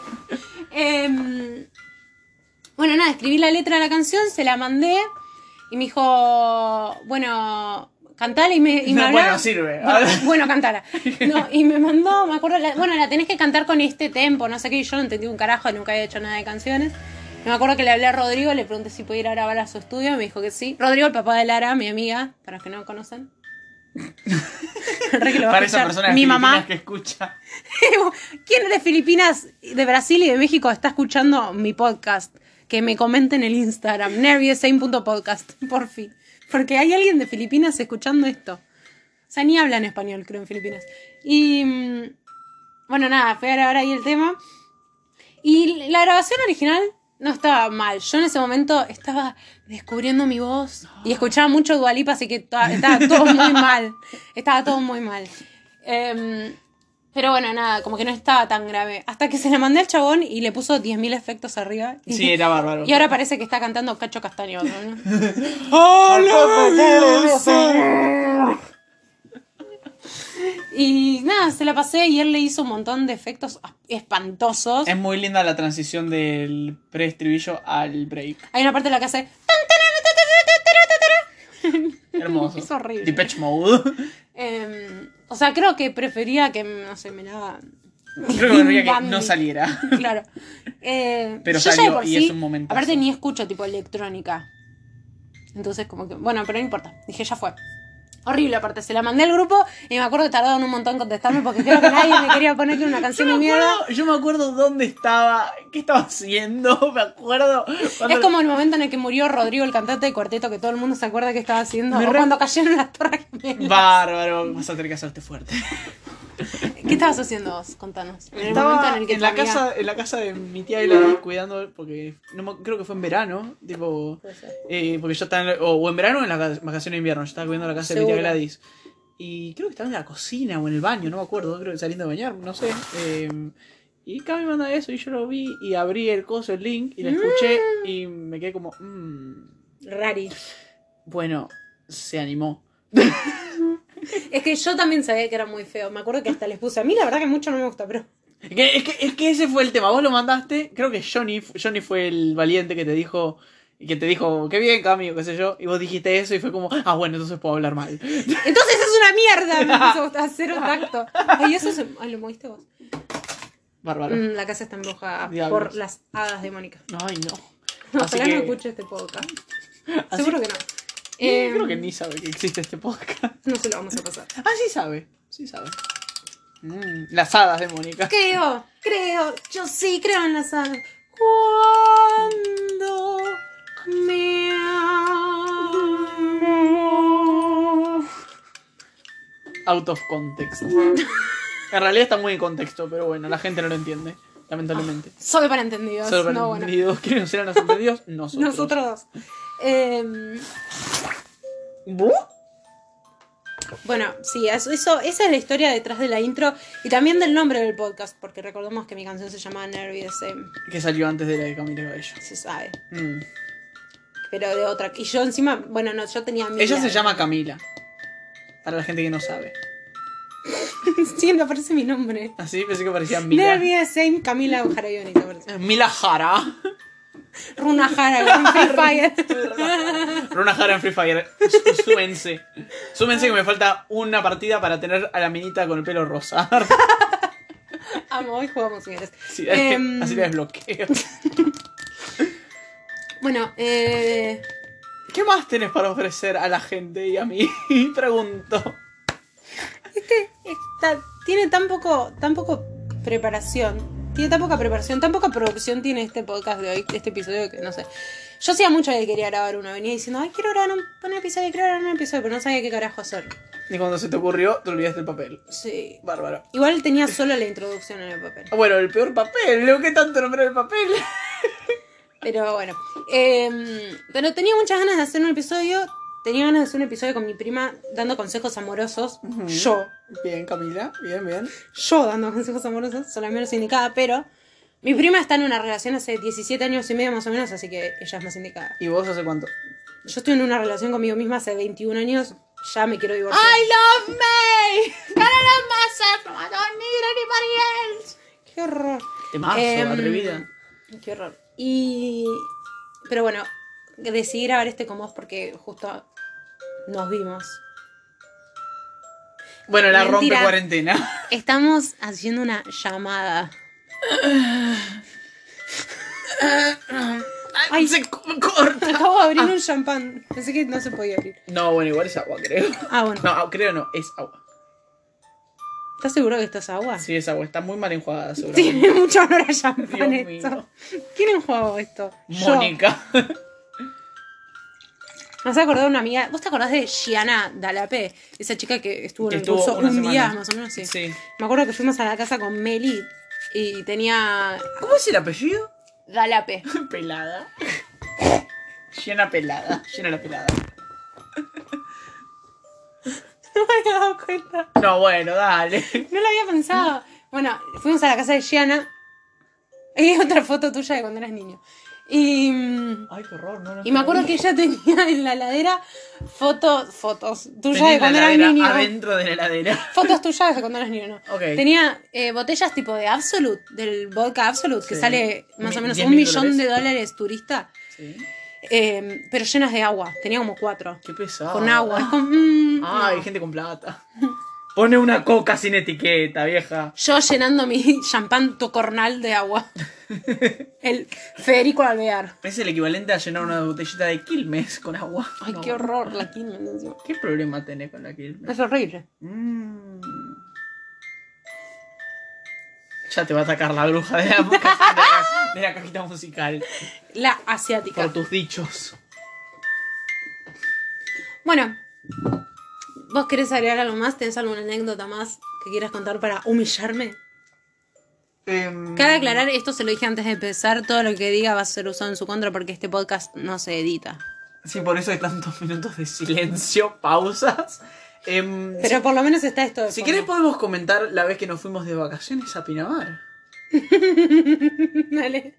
Em, bueno, nada, escribí la letra de la canción, se la mandé y me dijo, bueno, cantala y me, y me
No,
hablaba-
[LAUGHS] bueno, sirve. Ah.
Bueno, [LAUGHS] bueno,
[LAUGHS]
cantala. No, y me mandó, me acuerdo, la- bueno, la tenés que cantar con este tempo, no sé qué, y yo no entendí un carajo, nunca había hecho nada de canciones. Me acuerdo que le hablé a Rodrigo, le pregunté si podía ir a grabar a su estudio, me dijo que sí. Rodrigo, el papá de Lara, mi amiga, para los que no
[LAUGHS]
conocen. Re que lo va a
Para esa
escuchar.
persona de
mi mamá.
Filipinas que escucha.
[LAUGHS] ¿Quién de Filipinas, de Brasil y de México está escuchando mi podcast? Que me comenten en el Instagram, nerviosame.podcast, [LAUGHS] por fin. Porque hay alguien de Filipinas escuchando esto. O sea, ni hablan español, creo, en Filipinas. Y. mm, Bueno, nada, fui a grabar ahí el tema. Y la grabación original no estaba mal. Yo en ese momento estaba descubriendo mi voz y escuchaba mucho Dualipa, así que to- estaba todo muy mal. Estaba todo muy mal. Em, pero bueno, nada, como que no estaba tan grave. Hasta que se la mandé al chabón y le puso 10.000 efectos arriba. Y,
Sí, era bárbaro.
y ahora parece que está cantando Cacho Castaño. ¿no? Y nada, se la pasé y él le hizo un montón de efectos espantosos.
Es muy linda la transición del preestribillo al break.
Hay una parte en la que hace. [LAUGHS]
Hermoso.
Es horrible. [LAUGHS]
Depeche Mode.
em, o sea, creo que prefería que, no sé, me la.
Creo que me diría que
Bambi.
no saliera.
[LAUGHS] Claro. Eh,
Pero
yo ya de
salió
por
y
sí,
es un momentazo.
Aparte ni escucho tipo electrónica. Entonces como que, bueno, pero no importa. Dije, ya fue. Horrible aparte, se la mandé al grupo y me acuerdo que tardaron un montón en contestarme porque creo que nadie me quería poner que era una canción de
me
mierda.
acuerdo- yo me acuerdo dónde estaba, qué estaba haciendo, [LAUGHS] me acuerdo. cuando-
Es como el momento en el que murió Rodrigo, el cantante de cuarteto, que todo el mundo se acuerda que estaba haciendo.
Me
o
re-
cuando cayeron las torres gemelas.
Bárbaro, vas a tener que hacerte fuerte.
¿Qué estabas haciendo vos? Contanos. En el
Estaba
momento en
en,
el que Mm. tu
la
amiga-
casa, en la casa de mi tía y la cuidando, porque no me- creo que fue en verano, tipo, eh, porque yo estaba, en la- o, o en verano o en las vac- vacaciones de invierno, yo estaba cuidando la casa de mi tía
Seguro.
Gladys. Y creo que estaba en la cocina o en el baño, no me acuerdo, creo que saliendo a bañar, no sé. eh, y cada me manda eso y yo lo vi y abrí el coso, el link y lo escuché y me quedé como, "Mm,
Rari.
bueno, se animó.
Es que yo también sabía que era muy feo. Me acuerdo que hasta les puse. A mí la verdad que mucho no me gusta, pero.
Es que, es, que, es que ese fue el tema. Vos lo mandaste. Creo que Johnny, Johnny fue el valiente que te dijo. Y que te dijo, qué bien, Cami, o qué sé yo. Y vos dijiste eso y fue como, ah, bueno, entonces puedo hablar mal.
Entonces es una mierda. Me puso a cero tacto. Ay, eso se. Ay, lo moviste vos.
Bárbaro.
Mm, la casa está en bruja
Diablos.
por las hadas demoníacas.
Ay, no. Así
Ojalá
que,
no escuche este podcast.
así-
Seguro que no.
Eh,
Eh,
creo que ni sabe que existe este podcast. [LAUGHS]
No se lo vamos a pasar.
Ah, sí sabe. Sí sabe. Mm, las hadas de Mónica.
Creo, creo, yo sí creo en las hadas. Cuando me amo.
Out of
[LAUGHS]
context. en realidad está muy en contexto, pero bueno, la gente no lo entiende. Lamentablemente.
Solo para entendidos.
Solo para
Ah, no, bueno.
entendidos. ¿Quiénes eran los entendidos? Nosotros.
Nosotros dos. Em,
¿Buh?
Bueno, sí, eso, eso- esa es la historia detrás de la intro y también del nombre del podcast, porque recordemos que mi canción se llama Nervy the Same,
Que salió antes de la de Camila Cabello.
se sabe,
Mm.
pero de otra. Y yo encima, bueno, no, yo tenía mil
Ella se
años.
llama Camila. Para la gente que no sabe.
[LAUGHS] sí, me aparece mi nombre.
Así pensé que parecía Mila.
Nervy the Same Camila Jarayoni, te aparece.
Eh, Mila Jara.
Runa Jara con Free [LAUGHS] Fire.
Runa Jara en Free Fire. Sú- Súmense. Súmense que me falta una partida para tener a la minita con el pelo rosa. [LAUGHS]
Amo, hoy jugamos, señores.
Sí,
Em,
así la desbloqueo.
Bueno, eh,
¿Qué más tenés para ofrecer a la gente y a mí? [LAUGHS] Pregunto.
este está- tiene tan poco, tan poco preparación. Tiene tan poca preparación, tan poca producción tiene este podcast de hoy, este episodio que no sé. Yo hacía mucho que quería grabar uno. Venía diciendo, ay, quiero grabar un, un episodio, quiero grabar un episodio, pero no sabía qué carajo hacer.
Y cuando se te ocurrió, te olvidaste el papel.
Sí.
Bárbaro.
Igual tenía solo la introducción en el papel.
Ah, Bueno, el peor papel. Leo, ¿qué tanto nombrar el papel?
Pero bueno. Em, pero tenía muchas ganas de hacer un episodio. Tenía ganas de hacer un episodio con mi prima dando consejos amorosos.
Ujú.
Yo.
Bien, Camila. Bien, bien.
Yo dando [LAUGHS] consejos amorosos. Soy la menos indicada, pero. Mi prima está en una relación hace 17 años y medio más o menos, así que ella es más indicada.
¿Y vos hace cuánto?
Yo estoy en una relación conmigo misma hace 21 años. Ya me quiero divorciar.
love me! ¡Para la masa! ¡No don't need anybody else!
¡Qué horror!
Te mazo,
Em,
atrevida.
Qué horror. Y. Pero bueno, decidí grabar este con vos porque justo nos vimos.
Bueno, la
mentira.
rompe cuarentena.
Estamos haciendo una llamada. Ay.
[LAUGHS] se co-
[LAUGHS]
corta.
Acabo de abrir un champán. Pensé que no se podía abrir.
No, bueno, igual es agua, creo.
Ah, bueno.
No, ah, creo no, es agua.
¿Estás seguro que esto es agua? [LAUGHS]
Sí, es agua. Está muy mal enjuagada, seguramente.
Tiene mucho olor a champán
Dios
esto.
mío.
¿Quién enjuagó esto? Yo.
Mónica.
Me has acordado de una amiga. ¿Vos te acordás de Gianna Dalape? Esa chica que estuvo
Que
en el
estuvo
curso
una
un
semana.
día, más o menos, sí. Me acuerdo que fuimos a la casa con Meli y tenía
¿Cómo es el apellido?
Dalape.
[LAUGHS] Pelada. Llena pelada. Llena la pelada.
[LAUGHS] No me había dado cuenta.
No, bueno, dale.
No lo había pensado. Bueno, fuimos a la casa de Gianna. Hay otra foto tuya de cuando eras niño. Y, mm,
Ay, qué horror, no,
y me acuerdo que ella tenía en la heladera fotos, fotos tuyas
Tenía
de
la
cuando eras
heladera
niño.
adentro de la heladera.
Fotos tuyas de cuando eras niño, no.
Ok.
Tenía eh, botellas tipo de Absolute, del vodka Absolute, que
Sí.
sale más o
Mi-
menos
10.000
un millón
dólares.
de dólares turista,
Sí.
eh, pero llenas de agua. Tenía como cuatro.
Qué pesado.
Con agua. Es como, mm,
Ay,
no.
gente con plata. Pone una coca sin etiqueta, vieja.
Yo llenando mi [LAUGHS] champán tocornal de
[LAUGHS]
agua. El Federico Alvear.
Es el equivalente a llenar una botellita de Quilmes con agua.
Ay,
No.
qué horror la quilmes encima.
¿Qué problema tenés con la Quilmes?
Es horrible.
Mm. Ya te va a atacar la bruja de la, de la- de la cajita musical
La asiática.
por tus dichos.
Bueno, ¿vos querés agregar algo más? ¿Tenés alguna anécdota más que quieras contar para humillarme? Cabe aclarar, esto se lo dije antes de empezar, todo lo que diga va a ser usado en su contra porque este podcast no se edita.
Sí, por eso hay tantos minutos de silencio, pausas. Em,
Pero por lo menos está esto. de
si
fondo.
querés podemos comentar la vez que nos fuimos de vacaciones a Pinamar.
[LAUGHS] Dale.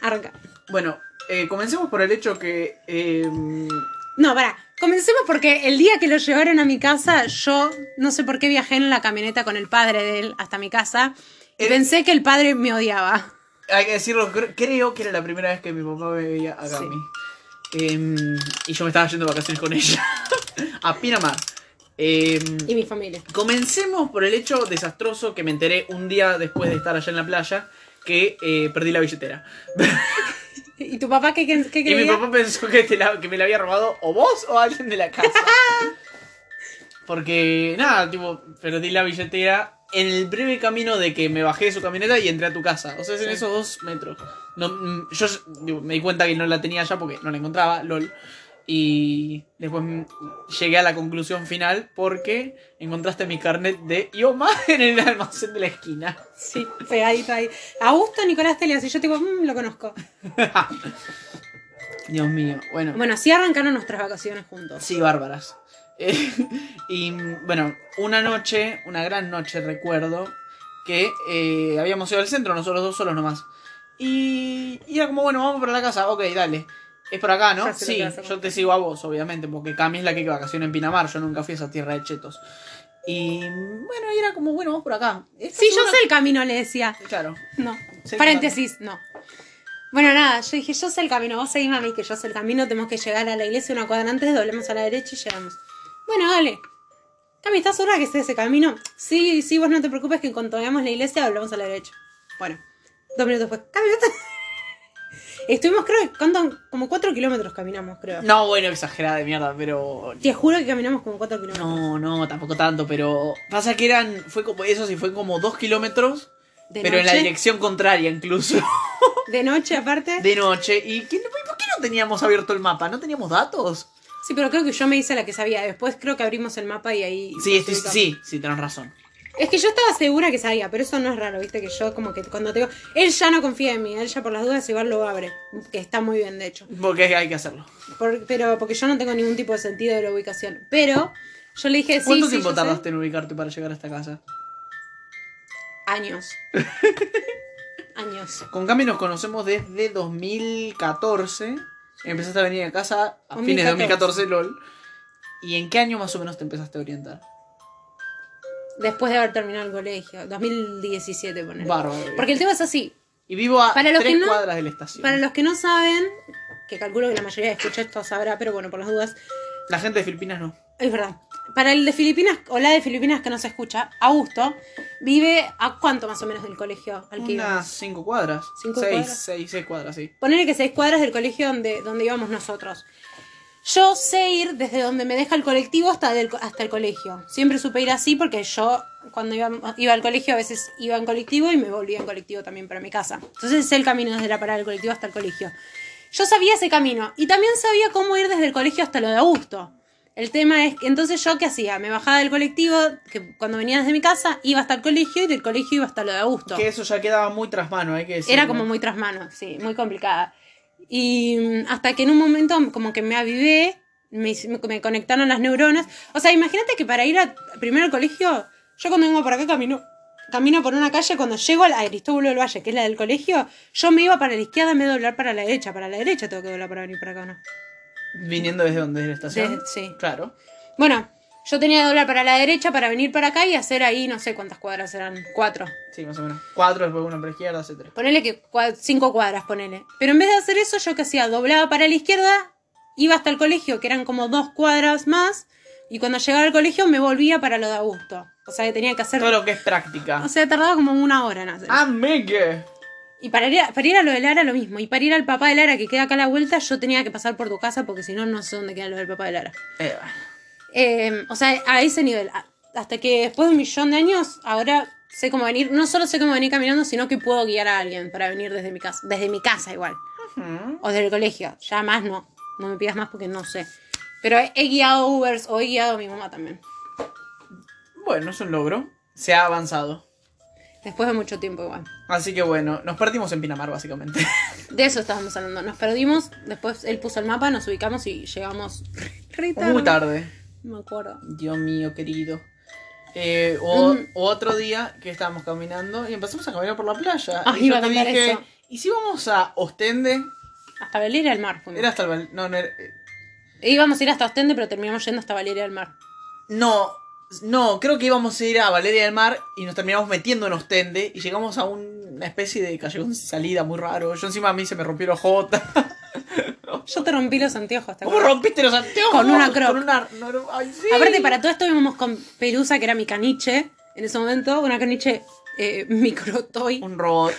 Arranca.
Bueno, eh, comencemos por el hecho que... em,
No, para. Comencemos porque el día que lo llevaron a mi casa, yo no sé por qué viajé en la camioneta con el padre de él hasta mi casa y
Eh.
pensé que el padre me odiaba.
hay que decirlo, cre- creo que era la primera vez que mi papá me veía acá a
Sí.
mí. Em, y yo me estaba yendo de vacaciones con ella. [LAUGHS] a Pinamar. Em,
Y mi familia.
Comencemos por el hecho desastroso que me enteré un día después de estar allá en la playa, que eh, perdí la billetera.
¿Y tu papá qué, qué, qué
Y mi
creía?
papá pensó que, te la- que me la había robado o vos o alguien de la casa. [LAUGHS] Porque, nada, tipo, perdí la billetera en el breve camino de que me bajé de su camioneta y entré a tu casa. O sea, es en
Sí.
esos dos metros. No, mm, yo digo, me di cuenta que no la tenía allá porque no la encontraba, lol. Y después mm, llegué a la conclusión final porque encontraste mi carnet de IOMA [LAUGHS] en el almacén de la esquina.
Sí, pegadito ahí. Augusto Nicolás Telias. Y yo, tipo, "Mm, lo conozco.
Dios mío, bueno.
Bueno, así arrancaron nuestras vacaciones juntos.
Sí, bárbaras. Eh, [LAUGHS] y mm, bueno, una noche, una gran noche recuerdo, que eh, habíamos ido al centro, nosotros dos solos nomás. Y, y era como, bueno, vamos para la casa, ok, dale. Es por acá, ¿no?
Ya sé lo
Sí,
que vas a
yo te
contar.
sigo a vos, obviamente, porque Cami es la que vacaciona en Pinamar, yo nunca fui a esa tierra de chetos. Y mm, bueno, y era como, bueno, vamos por acá.
Sí, yo sé el camino, le decía.
sé. Claro.
No.
Sí,
Paréntesis, no. Bueno, nada, yo dije, yo sé el camino, vos seguime a mí, que yo sé el camino, tenemos que llegar a la iglesia una cuadra antes, doblemos a la derecha y llegamos. Bueno, dale. Cami, ¿estás segura que sé ese camino? Sí, sí, vos no te preocupes que en cuanto veamos la iglesia doblamos a la derecha. Bueno, dos minutos después. Cami, ¿no estás- [LAUGHS] Estuvimos, creo que, ¿cuánto? como 4 kilómetros caminamos, creo.
No, bueno, exagerada de mierda, pero.
Te juro que caminamos como 4 kilómetros.
No, no, tampoco tanto, pero. Pasa que eran. Fue como. Eso sí, fue como dos kilómetros.
De
pero en la
noche.
dirección contraria,
[LAUGHS]
incluso.
De noche, aparte.
De noche. ¿Y qué- por qué no teníamos abierto el mapa? ¿No teníamos datos?
Sí, pero creo que yo me hice la que sabía. Después creo que abrimos el mapa y ahí.
Sí,
nos
estoy-
ubicamos.
sí, sí, tenés razón.
Es que yo estaba segura que sabía, pero eso no es raro, viste, que yo como que cuando te digo, él ya no confía en mí, él ya por las dudas igual lo abre, que está muy bien de hecho,
Porque hay que hacerlo.
Por- pero porque yo no tengo ningún tipo de sentido de la ubicación, pero yo le dije, sí,
¿Cuánto
sí,
tiempo
yo sé.
tardaste en ubicarte para llegar a esta casa? [LAUGHS]
Años. Años.
Con Cami nos conocemos desde 2014. Empezaste a venir a casa a fines de
2014,
2014, LOL. ¿Y en qué año más o menos te empezaste a orientar?
Después de haber terminado el colegio, 2017, poner.
Bárbaro.
Porque el tema es así,
Y vivo a
Para los
tres
que no-
cuadras de la estación.
para los que no saben, que calculo que la mayoría de escucha esto sabrá, pero bueno, por las dudas,
La gente de Filipinas no.
Es verdad. Para el de Filipinas, o la de Filipinas que no se escucha, Augusto vive a cuánto más o menos del colegio al que íbamos.
Unas cinco cuadras.
Cinco
seis,
cuadras.
seis, seis cuadras, sí.
Ponele que seis cuadras del colegio donde, donde íbamos nosotros. Yo sé ir desde donde me deja el colectivo hasta, del- hasta el colegio. Siempre supe ir así porque yo cuando iba, iba al colegio a veces iba en colectivo y me volvía en colectivo también para mi casa. Entonces sé el camino desde la parada del colectivo hasta el colegio. Yo sabía ese camino y también sabía cómo ir desde el colegio hasta lo de Augusto. El tema es que entonces yo qué hacía, me bajaba del colectivo, que cuando venía desde mi casa iba hasta el colegio y del colegio iba hasta lo de Augusto.
Que eso ya quedaba muy tras mano, hay que decir.
Era como muy tras mano, sí, muy complicada. Y mm, hasta que en un momento como que me avivé, me, hice- me conectaron las neuronas. O sea, imagínate que para ir a, primero al colegio, yo cuando vengo por acá camino, camino por una calle, cuando llego al Aristóbulo del Valle, que es la del colegio, yo me iba para la izquierda en vez de doblar para la derecha. Para la derecha tengo que doblar para venir para acá, ¿no?
Viniendo desde donde es la estación.
Desde- sí.
Claro.
Bueno, yo tenía que doblar para la derecha para venir para acá y hacer ahí, no sé cuántas cuadras eran, cuatro.
Sí, más o menos. Cuatro, después una por izquierda, etcétera.
Ponele que cua- cinco cuadras, ponele. Pero en vez de hacer eso, yo que hacía, doblaba para la izquierda, iba hasta el colegio, que eran como dos cuadras más, y cuando llegaba al colegio me volvía para lo de Augusto. O sea que tenía que hacer.
Todo lo que es práctica.
O sea, tardaba como una hora en hacer.
Ah. Amigue.
Y para ir, a, para ir a lo de Lara, lo mismo. Y para ir al papá de Lara, que queda acá a la vuelta, yo tenía que pasar por tu casa, porque si no, no sé dónde queda lo del papá de Lara.
Eh,
Eh, o sea, a ese nivel. A- Hasta que después de un millón de años, ahora sé cómo venir. No solo sé cómo venir caminando, sino que puedo guiar a alguien para venir desde mi casa. Desde mi casa igual.
ujú.
O desde el colegio. Ya más no. No me pidas más porque no sé. Pero he, he guiado Ubers o he guiado a mi mamá también.
Bueno, es un logro. Se ha avanzado.
Después de mucho tiempo igual.
Así que bueno, nos partimos en
[LAUGHS]
Pinamar, básicamente.
De eso estábamos hablando. Nos perdimos. Después él puso el mapa, nos ubicamos y llegamos. Re tarde.
Muy tarde.
No me acuerdo.
Dios mío, querido. Eh, o,
Mm.
o otro día que estábamos caminando y empezamos a caminar por la playa.
Ah,
y
iba
yo
a
te
contar
dije,
eso.
¿y si vamos a Ostende?
Hasta Valeria del Mar. fuimos.
Era hasta el... Val- No, no, era-
Íbamos a ir hasta Ostende, pero terminamos yendo hasta Valeria del Mar.
no, no, creo que íbamos a ir a Valeria del Mar y nos terminamos metiendo en Ostende y llegamos a un- una especie de callejón sin salida muy raro. Yo encima a mí se me rompió la jota.
[LAUGHS] Yo te rompí los anteojos. ¿te
¿Cómo
acuerdas?
rompiste los anteojos?
Con una croc.
Con una... no, no, ay, sí.
Aparte, para todo esto íbamos con Pelusa, que era mi caniche en ese momento, una caniche eh, microtoy
Un robot.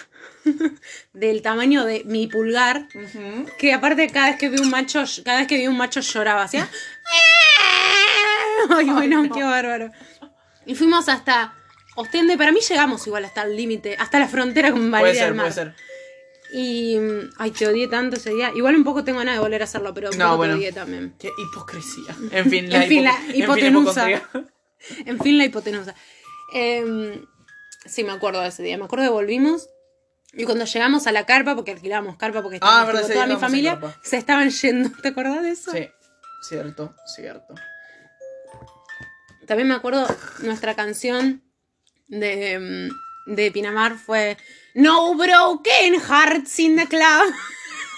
del tamaño de mi pulgar.
Ujú.
Que aparte cada vez que vi un macho, cada vez que vi un macho lloraba, hacía. [LAUGHS] Ay, bueno, qué bárbaro. Y fuimos hasta Ostende, para mí llegamos igual hasta el límite, hasta la frontera con
Puede
Valeria
ser,
del Mar.
puede ser.
Y mm, ay, te odié tanto ese día. Igual un poco tengo ganas de volver a hacerlo, pero un
No,
poco
bueno.
te odié también.
Qué hipocresía. En fin,
En fin, la
hipo- en fin,
hipotenusa.
hipocondría.
[LAUGHS] En fin, la hipotenusa. Em, sí, me acuerdo de ese día. Me acuerdo que volvimos. Y cuando llegamos a la carpa, porque alquilábamos carpa porque estaba
Ah, verdad, sí,
toda mi
íbamos en
familia,
carpa.
se estaban yendo. [LAUGHS] ¿Te acordás de eso?
Sí, cierto, cierto.
También me acuerdo nuestra canción de, mm, de Pinamar fue No Broken Hearts in the Club.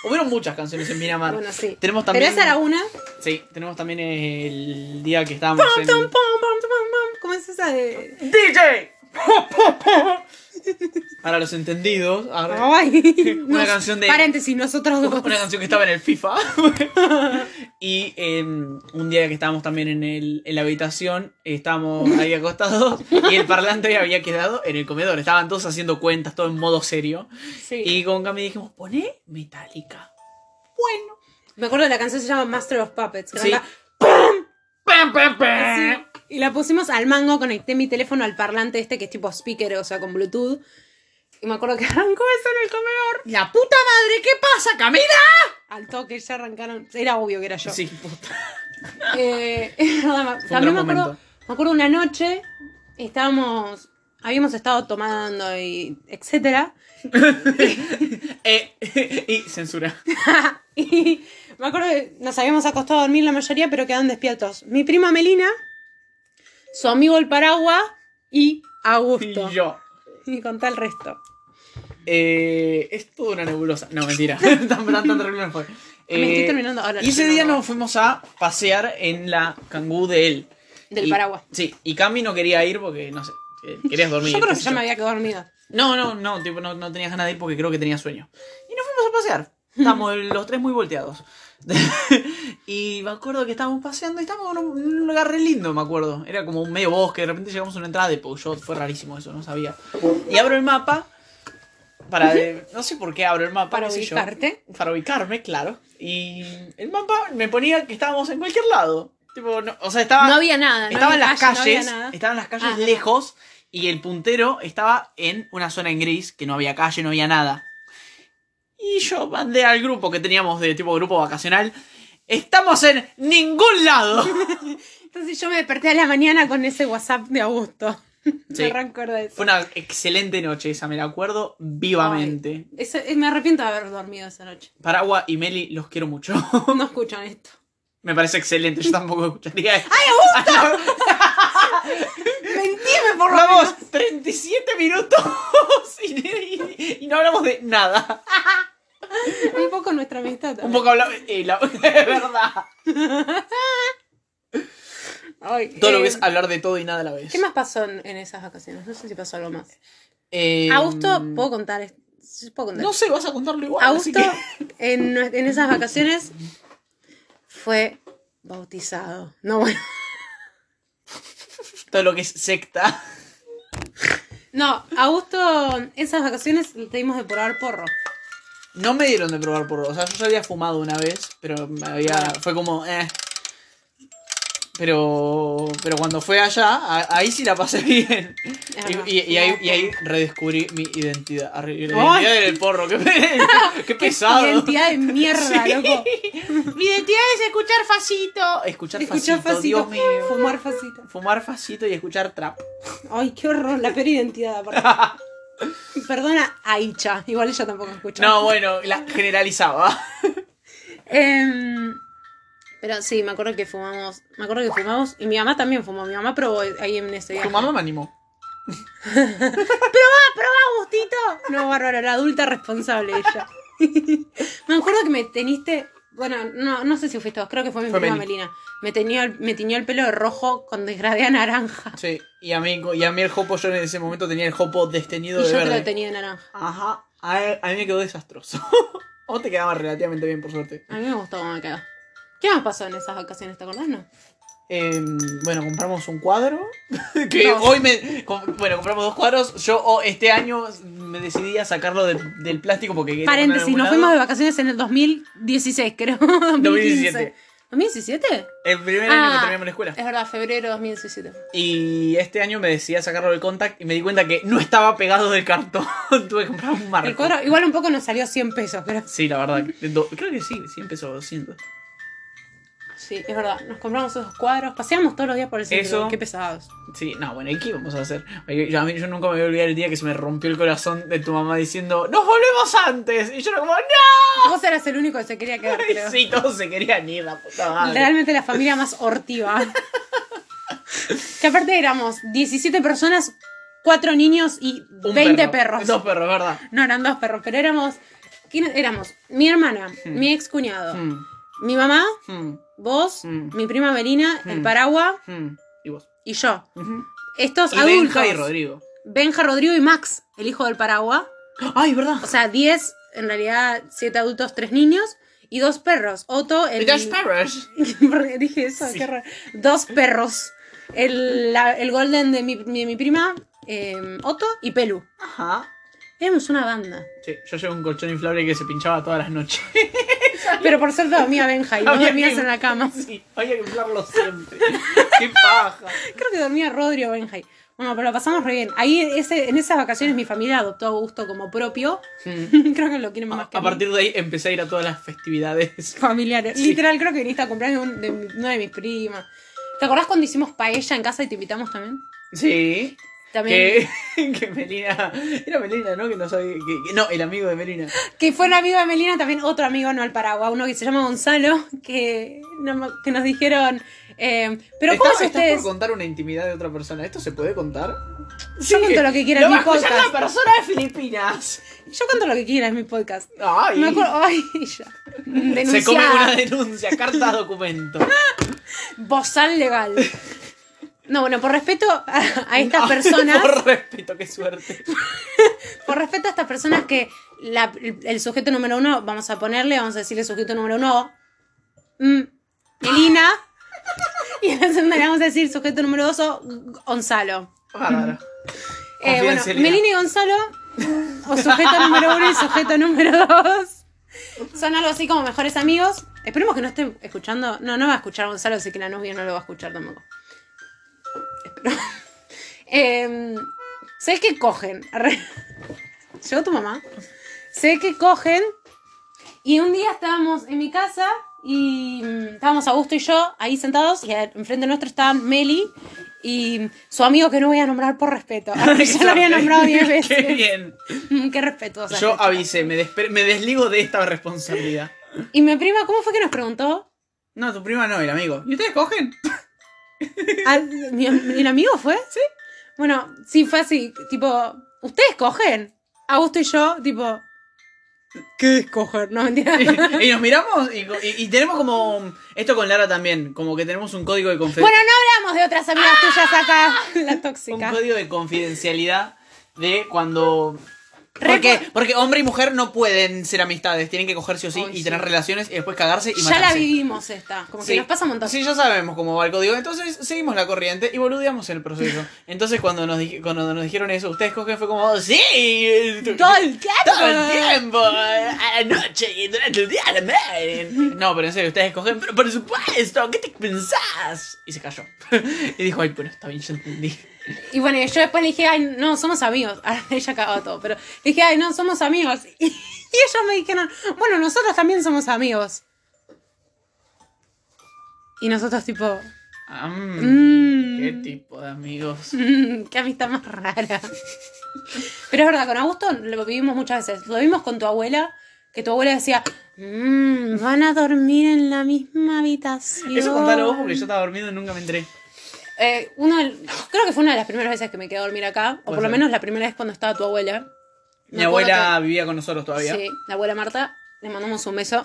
Hubieron muchas canciones en Miramar.
Bueno, sí.
Ah, Tenemos también.
Pero esa era una.
Sí, tenemos también el día que estábamos en.
Pom, pom, pom, pom, pom, pom. ¿Cómo es esa de.?
¡DJ! [LAUGHS] Para los entendidos, arre.
Ay,
[LAUGHS] Una
nos-
canción de-
Paréntesis, nosotros dos.
una canción que estaba en el FIFA. [LAUGHS] y eh, un día que estábamos también en, el, en la habitación, estábamos ahí acostados y el parlante había quedado en el comedor. Estaban todos haciendo cuentas, todo en modo serio.
Sí.
Y con Cami dijimos, poné Metallica. Bueno.
Me acuerdo de la canción se llama Master of Puppets. que
Sí.
arranca
Pam, pam, pam.
así. Y la pusimos al mango, conecté mi teléfono al parlante este que es tipo speaker, o sea, con Bluetooth. Y me acuerdo que [LAUGHS] arrancó eso en el comedor.
La puta madre, ¿qué pasa, Camila?
Al toque ya arrancaron. Era obvio que era yo.
Sí, puta.
Eh, [LAUGHS] es verdad, me- también me
gran
acuerdo,
momento.
me acuerdo una noche, estábamos, habíamos estado tomando y etcétera, [LAUGHS]
Eh, [LAUGHS] y censura.
y me acuerdo que nos habíamos acostado a dormir la mayoría, pero quedaron despiertos. Mi prima Melina, su amigo el paraguas y
Y
Augusto.
yo.
Y contá el resto.
Eh, es toda una nebulosa. No,
[LAUGHS]
mentira. [LAUGHS] tan, tan, tan terrible no fue.
Me estoy
Eh,
terminando ahora.
Y ese
yo
día
no-
nos fuimos a pasear en la cangú de él.
Del
Y-
paraguas.
Sí, y Cami no quería ir porque, no sé, eh, querías
[LAUGHS]
dormir.
Yo creo
qué
que
sé
ya me había quedado dormida.
No, no, no, tipo, no, no tenías ganas de ir porque creo que tenía sueño. Y nos fuimos a pasear.
[LAUGHS]
Estamos los tres muy volteados. [LAUGHS] y me acuerdo que estábamos paseando y estábamos en un, en un lugar re lindo, me acuerdo. Era como un medio bosque, de repente llegamos a una entrada de Peugeot, fue rarísimo eso, no sabía. Y abro el mapa para... de- no sé por qué abro el mapa.
Para
qué sé yo.
ubicarte.
Para ubicarme, claro. Y el mapa me ponía que estábamos en cualquier lado. Tipo, no- o sea, estaba...
No había nada. Ah, no
Estaban
había
las
calle, no había
calles,
nada.
estaban las calles
Ah.
lejos y el puntero estaba en una zona en gris que no había calle, no había nada. Y yo mandé al grupo que teníamos de tipo grupo vacacional. Estamos en ningún lado. [LAUGHS]
Entonces yo me desperté a la mañana con ese WhatsApp de Augusto. [LAUGHS]
Sí.
Me recuerdo de eso.
Fue una excelente noche esa, me la acuerdo vivamente.
Ay, eso- eh, me arrepiento de haber dormido esa noche.
Paraguay y Meli, los quiero mucho. [LAUGHS]
No escuchan esto. [LAUGHS]
me parece excelente, yo tampoco escucharía. ¡Ay,
Mentime, por lo menos.
Vamos, 37 minutos [LAUGHS] y, y- y no hablamos de nada.
Un poco nuestra amistad.
Un poco hablamos... eh, la- [LAUGHS] Es verdad.
Ay,
Todo
eh,
lo que es hablar de todo y nada a la vez.
¿Qué más pasó en, en esas vacaciones? No sé si pasó algo más.
Eh,
Augusto, ¿puedo contar? es- sí, ¿Puedo contar?
No sé, vas a contarlo igual. así
Augusto,
que-
en, nue- en esas vacaciones, fue bautizado. No, bueno.
[LAUGHS] Todo lo que es secta.
No, Augusto, esas vacaciones le dimos de probar porro.
No me dieron de probar por O sea, yo ya había fumado una vez, pero me había. Fue como. Eh. Pero. Pero cuando fue allá, a- ahí sí la pasé [LAUGHS] bien.
verdad.
Y, y- y ahí, y ahí redescubrí mi identidad. Arre- La
¡Ay!
identidad del porro, qué, pe-
[LAUGHS]
qué pesado.
Identidad de
[LAUGHS]
mierda, loco.
Mi identidad es escuchar facito. Escuchar,
Escuchar
facito,
facito,
Dios mío.
fumar facito.
Fumar facito y escuchar trap.
Ay, qué horror, la peor identidad, aparte.
[LAUGHS]
Perdona, Aicha. Igual ella tampoco escucha.
No, bueno, la generalizaba.
Em, pero sí, me acuerdo que fumamos. Me acuerdo que fumamos. Y mi mamá también fumó. Mi mamá probó ahí en ese viaje.
Tu mamá me animó.
Agustito. No, bárbaro, la adulta responsable ella. [LAUGHS] me acuerdo que me teniste. Bueno, no, no sé si fuiste vos, creo que fue mi
Fue
prima
Meli.
Melina. Me, tenía, el- me tiñó el pelo de rojo con desgradé a naranja.
Sí, y a mí, y a mí el jopo, yo en ese momento tenía el jopo desteñido
Y
de
yo te
verde.
lo tenía de naranja.
Ajá, a, a mí me quedó desastroso. [LAUGHS] o te quedaba relativamente bien, por suerte.
A mí me gustó cómo me quedó. ¿Qué más pasó en esas ocasiones? ¿Te acordás? No.
Eh, bueno, compramos un cuadro. [LAUGHS] que
Dos.
hoy me. com- bueno, compramos dos cuadros. Yo oh, este año me decidí a sacarlo de- del plástico porque quería. ponerlo en
Paréntesis,
algún
nos
lado.
fuimos de vacaciones en el 2016, creo. [LAUGHS]
2017.
2017.
El primer año
Ah.
que terminamos la escuela.
Es verdad, febrero de 2017.
Y este año me decidí a sacarlo del contact y me di cuenta que no estaba pegado del cartón. [LAUGHS] Tuve que comprar un marco.
El cuadro, igual un poco nos salió 100 pesos, pero
Sí, la verdad. que- do- creo que sí, sí empezó 200.
sí, es verdad. Nos compramos esos cuadros, paseamos todos los días por el centro.
Eso.
Qué pesados.
Sí, no, bueno, ¿y qué vamos a hacer? Yo, yo- a mí, yo nunca me voy a olvidar el día que se me rompió el corazón de tu mamá diciendo ¡Nos volvemos antes! Y yo era como ¡No!
Vos eras el único que se quería quedar, creo.
Sí, todos se querían ir, la puta madre.
Realmente la familia más
[LAUGHS]
hortiva. que aparte éramos 17 personas, 4 niños y
Un
20
perro.
perros.
Dos perros, ¿verdad?
No, eran dos perros, pero éramos. ¿quién éramos? Mi hermana, mi ex cuñado,
Hmm,
mi mamá,
hmm,
vos,
Mm.
mi prima Melina, el
Mm.
paraguas
hmm. Y vos.
y yo.
Ujú.
Estos
Y
adultos.
Benja y Rodrigo.
Benja, Rodrigo y Max, el hijo del Paraguay.
Ay, verdad.
O sea, 10, en realidad 7 adultos, 3 niños y dos perros. Otto, el...
Josh Parrish.
[LAUGHS] Porque dije eso, qué raro. Dos perros. El, la- el Golden de mi, mi- mi prima, eh, Otto y Pelu.
Ajá.
Éramos una banda.
Sí, yo llevo un colchón inflable que se pinchaba todas las noches.
Pero por suerte dormía Benja y no
Había
dormías
que-
en la cama.
[LAUGHS] Sí, había que inflarlo siempre. [LAUGHS] ¡Qué paja!
Creo que dormía Rodri o Benja. ahí. Bueno, pero la pasamos re bien. Ahí ese, en esas vacaciones mi familia adoptó a Augusto como propio. [LAUGHS] creo que lo quieren
A,
más que
a
mí.
partir de ahí empecé a ir a todas las
[LAUGHS]
festividades.
familiares.
Sí.
Literal, creo que viniste a comprar de, un- de mi- una de mis primas. ¿Te acordás cuando hicimos paella en casa y te invitamos también?
Sí.
También.
Que, [LAUGHS] que Melina. Era Melina, ¿no? Que no sabía. que- que- no, el amigo de Melina.
Que fue un amigo de Melina, también otro amigo, no al Paraguay, uno que se llama Gonzalo, que, no me- que nos dijeron, eh, pero ¿cómo
¿Estás,
es
estás
ustedes?
por contar una intimidad de otra persona. ¿Esto se puede contar?
Yo cuento lo que quiera
Lo
en mi
va a escuchar
podcast.
una persona de Filipinas.
Yo cuento lo que quiera, es mi podcast.
Ay.
Me acuerdo, ay, ella.
se come
Denunciada.
una denuncia,
[LAUGHS]
carta documento.
Bozal legal. No, bueno, por respeto a,
[LAUGHS]
a estas
No,
personas,
Ah, Por respeto, qué suerte.
por respeto a estas personas que la- el sujeto número uno, vamos a ponerle, vamos a decirle sujeto número uno, mm,
[LAUGHS]
Melina. Y en la segunda le vamos a decir sujeto número dos o Gonzalo.
Bárbaro.
Eh, bueno,
Confidencialidad.
Melina y Gonzalo, o sujeto número uno y sujeto número dos, son algo así como mejores amigos. Esperemos que no esté escuchando. No, no va a escuchar Gonzalo, así que la novia no lo va a escuchar tampoco. Espero. [LAUGHS] Eh, sé que cogen. [LAUGHS] Arre. Llegó tu mamá. Sé que cogen. Y un día estábamos en mi casa y mm, estábamos Augusto y yo ahí sentados y a- enfrente nuestro estaban Meli y su amigo que no voy a nombrar por respeto. [LAUGHS]
[LAUGHS]
Ah, Ya lo había nombrado 10 veces.
Qué bien.
Mm, Qué respetuosa.
Yo
esta chica.
avisé, me, despe- me desligo de esta responsabilidad.
Y mi prima, ¿cómo fue que nos preguntó?
No, tu prima no, el amigo. ¿Y ustedes cogen?
Ah, ¿mi am- ¿El amigo fue? Sí. Bueno, sí, fue así. Tipo, ¿ustedes cogen? Augusto y yo, tipo, ¿qué es coger? No, mentira.
[LAUGHS] y nos miramos y, co- y- y tenemos como. Esto con Lara también, como que tenemos un código de
Bueno,
confidencialidad.
no hablamos de otras amigas tuyas acá. [LAUGHS] La
Ah. un
tóxica.
código de confidencialidad de cuando. Porque, porque hombre y mujer no pueden ser amistades, tienen que cogerse o sí
Ay,
y
sí.
tener relaciones y después cagarse y
Ya
matarse.
la vivimos esta. Como que nos pasa un montón.
Sí, ya sabemos cómo va el código. Entonces seguimos la corriente y boludeamos el proceso. Entonces cuando nos, dij- cuando nos dijeron eso, ustedes cogen fue como, sí,
Todo el tiempo.
todo el tiempo, a la noche y durante el día a la madre. No, pero en serio, ustedes cogen, pero por supuesto, ¿qué te pensás? Y se cayó. [LAUGHS] Y dijo, ay, bueno, está bien, yo entendí.
Y bueno, y yo después le dije, ay, no, somos amigos. [LAUGHS] Ahora ella cagó todo, pero le dije, ay, no, somos amigos. [LAUGHS] Y, ellos me dijeron, bueno, nosotros también somos amigos. Y nosotros tipo,
Ah, mm,
mmm,
¿Qué tipo de amigos?
Mm, [LAUGHS] qué amistad más rara. Pero es verdad, con Augusto lo vivimos muchas veces. Lo vimos con tu abuela, que tu abuela decía, "Mm, van a dormir en la misma habitación.
Eso contalo vos porque yo estaba dormido y nunca me enteré.
Eh, uno, del- creo que fue una de las primeras veces que me quedé a dormir acá, o
Puede
por lo
ser.
menos la primera vez cuando estaba tu abuela. Me
Mi
acuerdo
abuela vivía con nosotros
que-
todavía.
Sí, la abuela Marta, le mandamos un beso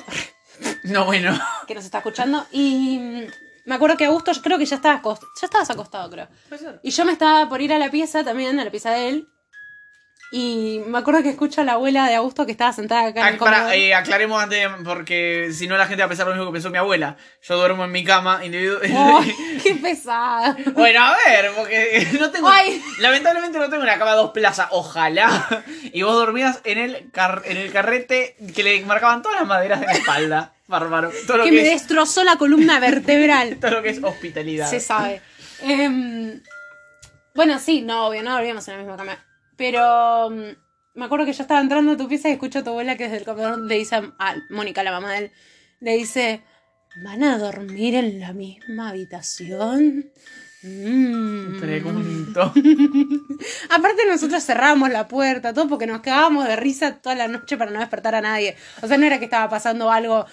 No, bueno.
que nos está escuchando. Y mm, me acuerdo que Augusto, yo creo que ya estabas, acost- ya estabas acostado, creo. Y yo me estaba por ir a la pieza también, a la pieza de él. Y me acuerdo que escucho a la abuela de Augusto que estaba sentada acá en
Ah,
el comedor.
pará, eh, aclaremos antes, porque si no la gente va a pensar lo mismo que pensó mi abuela. Yo duermo en mi cama individu-
[LAUGHS] Ay, ¡Qué pesada!
[LAUGHS] bueno, a ver, porque [LAUGHS] no tengo...
Ay.
Lamentablemente no tengo una cama dos plazas, ojalá. Y vos dormías en el, car- en el carrete que le marcaban todas las maderas de la espalda, bárbaro. Todo lo
Que
que,
me
es,
destrozó la columna
[LAUGHS]
vertebral.
todo lo que es hospitalidad.
Se sabe. Em, bueno, sí, no, obvio, no dormíamos en la misma cama. Pero mm, me acuerdo que yo estaba entrando a tu pieza y escucho a tu abuela que desde el comedor le dice a, a Mónica, la mamá de él, le dice, ¿van a dormir en la misma habitación? Mm.
Pregunto.
Aparte nosotros cerramos la puerta, todo porque nos quedábamos de risa toda la noche para no despertar a nadie. O sea, no era que estaba pasando algo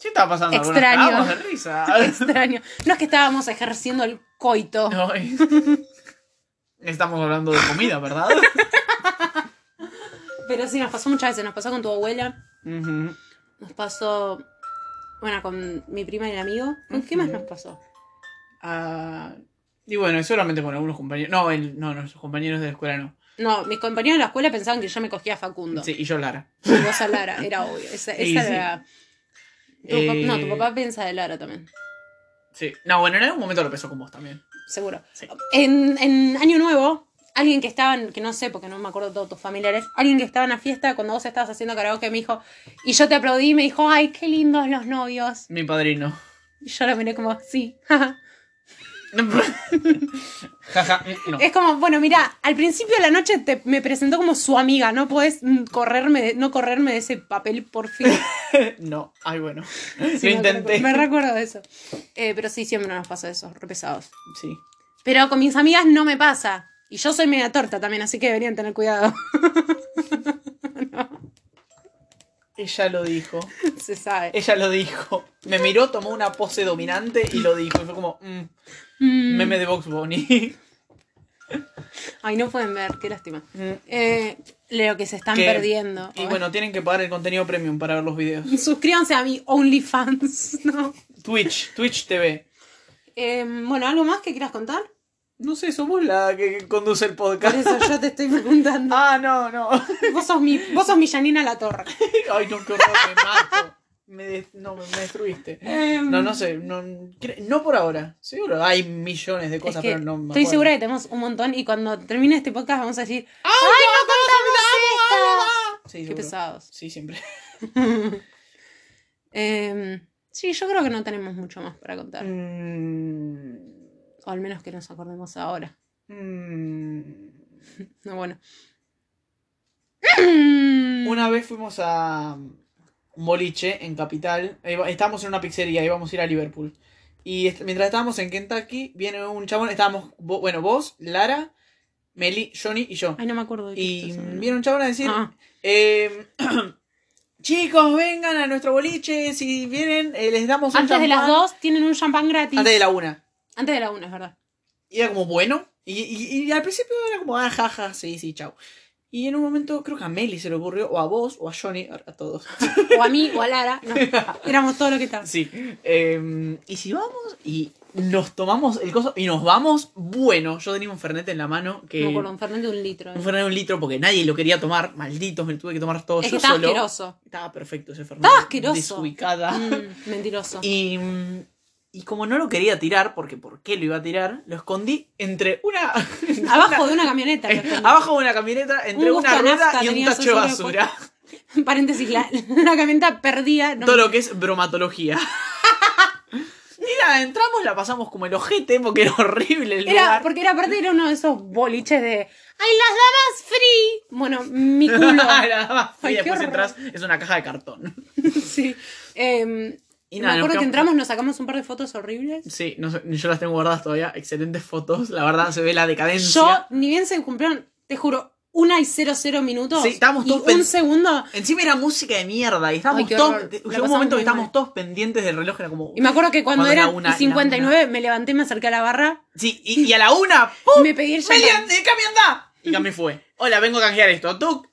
¿Qué estaba pasando? Algunos
Extraño.
cagábamos de
[LAUGHS]
risa.
extraño. No es que estábamos ejerciendo el coito.
Ah. No, es- Estamos hablando de
[LAUGHS]
comida, ¿verdad?
Pero sí, nos pasó muchas veces. Nos pasó con tu abuela,
Ujú.
nos pasó, bueno, con mi prima y el amigo. ¿Con qué más nos pasó?
Ah, Y bueno, y seguramente con algunos compañeros. No, el- no, nuestros compañeros de la escuela no.
No, mis compañeros de la escuela pensaban que yo me cogía a Facundo.
Sí, y yo Lara.
Y vos a Lara, era obvio. Esa, esa
Sí, sí.
era. Tu
Eh,
pap- No, tu papá piensa de Lara también,
Sí. No, bueno, en algún momento lo pensó con vos también.
seguro.
Sí.
En, en Año Nuevo, alguien que estaban, que no sé porque no me acuerdo todos tus familiares, alguien que estaba en la fiesta cuando vos estabas haciendo karaoke me dijo, y yo te aplaudí y me dijo, ay, qué lindos los novios. [LAUGHS]
Mi padrino.
Y yo lo miré como, sí. [LAUGHS]
Jaja, no.
Es como, bueno, mira, al principio de la noche te, me presentó como su amiga, no podés mm, correrme de- no correrme de ese papel por
[LAUGHS]
fin.
[LAUGHS] No. Ay, bueno.
[LAUGHS] Sí,
lo
me acuerdo-
intenté.
Me recuerdo de eso. Eh, pero sí, siempre nos pasa eso, re pesados.
Sí.
Pero con mis amigas no me pasa. Y yo soy media torta también, así que deberían tener cuidado. [LAUGHS]
Ella lo
[LAUGHS]
dijo.
Se sabe.
Ella lo dijo. Me miró, tomó una pose dominante y lo dijo. Y fue como, mm,
Mm.
meme de Box
[LAUGHS]
Bunny.
Ay, no pueden ver, qué lástima.
Mm.
Eh, lo que se están
Que-
perdiendo.
Y bueno, tienen que pagar el contenido premium para ver
[LAUGHS]
los videos.
Suscríbanse a mi OnlyFans, [LAUGHS] ¿no?
Twitch, Twitch TV.
Eh, bueno, ¿algo más que quieras contar?
No sé, somos la que conduce el
Por [LAUGHS]
podcast.
eso yo te estoy preguntando.
Ah, no, no.
Vos sos mi, vos sos mi Janina La Torre.
[LAUGHS] Ay, no, qué horror, me mato. Me de- no, me me destruiste.
Eh,
No, no sé. No, cre- no por ahora. Seguro hay millones de cosas,
Es que
pero no me
estoy
acuerdo.
segura que tenemos un montón y cuando termine este podcast vamos a decir
¡Ay, no, contamos Sí,
qué
seguro.
pesados. [LAUGHS]
Sí, siempre.
Em, sí, yo creo que no tenemos mucho más para contar.
Mm,
O al menos que nos acordemos ahora.
mm.
No, bueno. [CLEARS THROAT] Mm.
Una vez fuimos a un boliche en Capital. Ahí va- Estábamos en una pizzería, íbamos a ir a Liverpool. Y est- mientras estábamos en Kentucky, viene un chabón. Estábamos, vo- bueno, vos, Lara, Meli, Johnny y yo.
Ay, no me acuerdo de qué
Y
estás hablando.
viene un chabón a decir:
Ah,
eh, [CLEARS THROAT] Chicos, vengan a nuestro boliche. Si vienen, eh, les damos un
antes de las
champán".
dos tienen un champán gratis.
Antes de la una.
Antes de la una, es verdad.
Y era como bueno. Y, y- y al principio era como, ah, jaja, sí, sí, chau. Y en un momento creo que a Meli se le ocurrió, o a vos, o a Johnny, a a todos.
O a mí o a Lara.
[LAUGHS]
No, éramos todo lo que estábamos.
Sí. eh, y si vamos y nos tomamos el coso y nos vamos, bueno, yo tenía un fernet en la mano que.
No me acuerdo, un Fernet de un litro. eh.
Un fernet de un litro porque nadie lo quería tomar. Malditos, me lo tuve que tomar todo
es que
yo
estaba
solo.
asqueroso.
Estaba perfecto ese fernet.
Estaba asqueroso.
Desubicada.
Mm, mentiroso.
Y. mm, Y como no lo quería tirar, porque ¿por qué lo iba a tirar? Lo escondí entre
[LAUGHS]
una.
[LAUGHS]
[LAUGHS]
Abajo de una camioneta. lo escondí.
abajo de una camioneta, entre
Un gusto
una
a
rueda
nafta
y un
tenía
tacho
Sosúa
de
después.
basura.
Paréntesis, la, [LAUGHS] la camioneta perdía. No,
Todo lo que es bromatología. [LAUGHS] Y nada, entramos, la pasamos como el ojete porque era horrible el
Era,
lugar.
porque era aparte era uno de esos boliches de ¡Ay, las damas free! Bueno, mi culo.
[LAUGHS] Era más fea,
Ay, qué
después
horror.
entras, es una caja de cartón.
[LAUGHS] sí. Em,
Y
me
nada, nos
acuerdo que
quedamos-
entramos, nos sacamos un par de fotos horribles.
Sí, no sé, yo las tengo guardadas todavía. Excelentes fotos. La verdad, se ve la
Yo,
decadencia.
ni bien se cumplieron, te juro, una y cero cero minutos.
Sí, estábamos
y
todos
un
pen-
segundo.
Encima era música de mierda. Y estábamos
Ay, qué
todos.
horror. La
Llegó un
pasamos
momento que
muy
estábamos
mal.
todos pendientes del reloj. Era como.
Y me acuerdo que cuando
Cuando era
era
una, era
59 me levanté, me acerqué a la barra, [LAUGHS]
Sí, y, y a la una. ¡pum!
me pedí el
¡Meli,
champán.
ande, Cami, anda! Y Cami fue. Hola, vengo a canjear esto. Tú.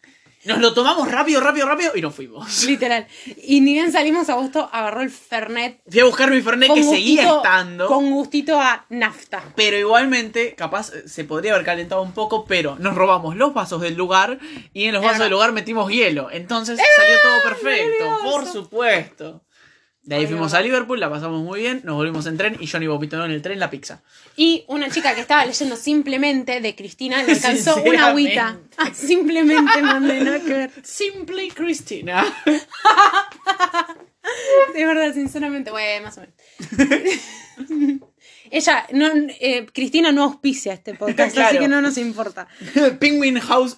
Nos lo tomamos rápido, rápido, rápido y nos fuimos.
Literal. Y ni bien salimos a gusto, agarró el Fernet.
Fui a buscar mi Fernet que seguía
gustito-
estando.
Con gustito a nafta.
Pero igualmente, capaz eh, se podría haber calentado un poco, pero nos robamos los vasos del lugar y en los
Es
vasos
verdad.
del lugar metimos hielo. Entonces salió todo perfecto,
maravilloso.
por supuesto. De ahí
Ay,
fuimos
no.
a Liverpool, la pasamos muy bien, nos volvimos en tren y Johnny vomitó en el tren la pizza.
Y una chica que estaba leyendo simplemente de Cristina
[LAUGHS]
le alcanzó una
Sinceramente.
agüita. Ah, [LAUGHS] simplemente mandé, no hay que ver.
Simply Cristina.
De verdad, sinceramente, bueno, más o menos.
[LAUGHS]
Ella, no, eh, Cristina no auspicia este podcast,
Claro.
así que no nos importa.
[LAUGHS] Penguin House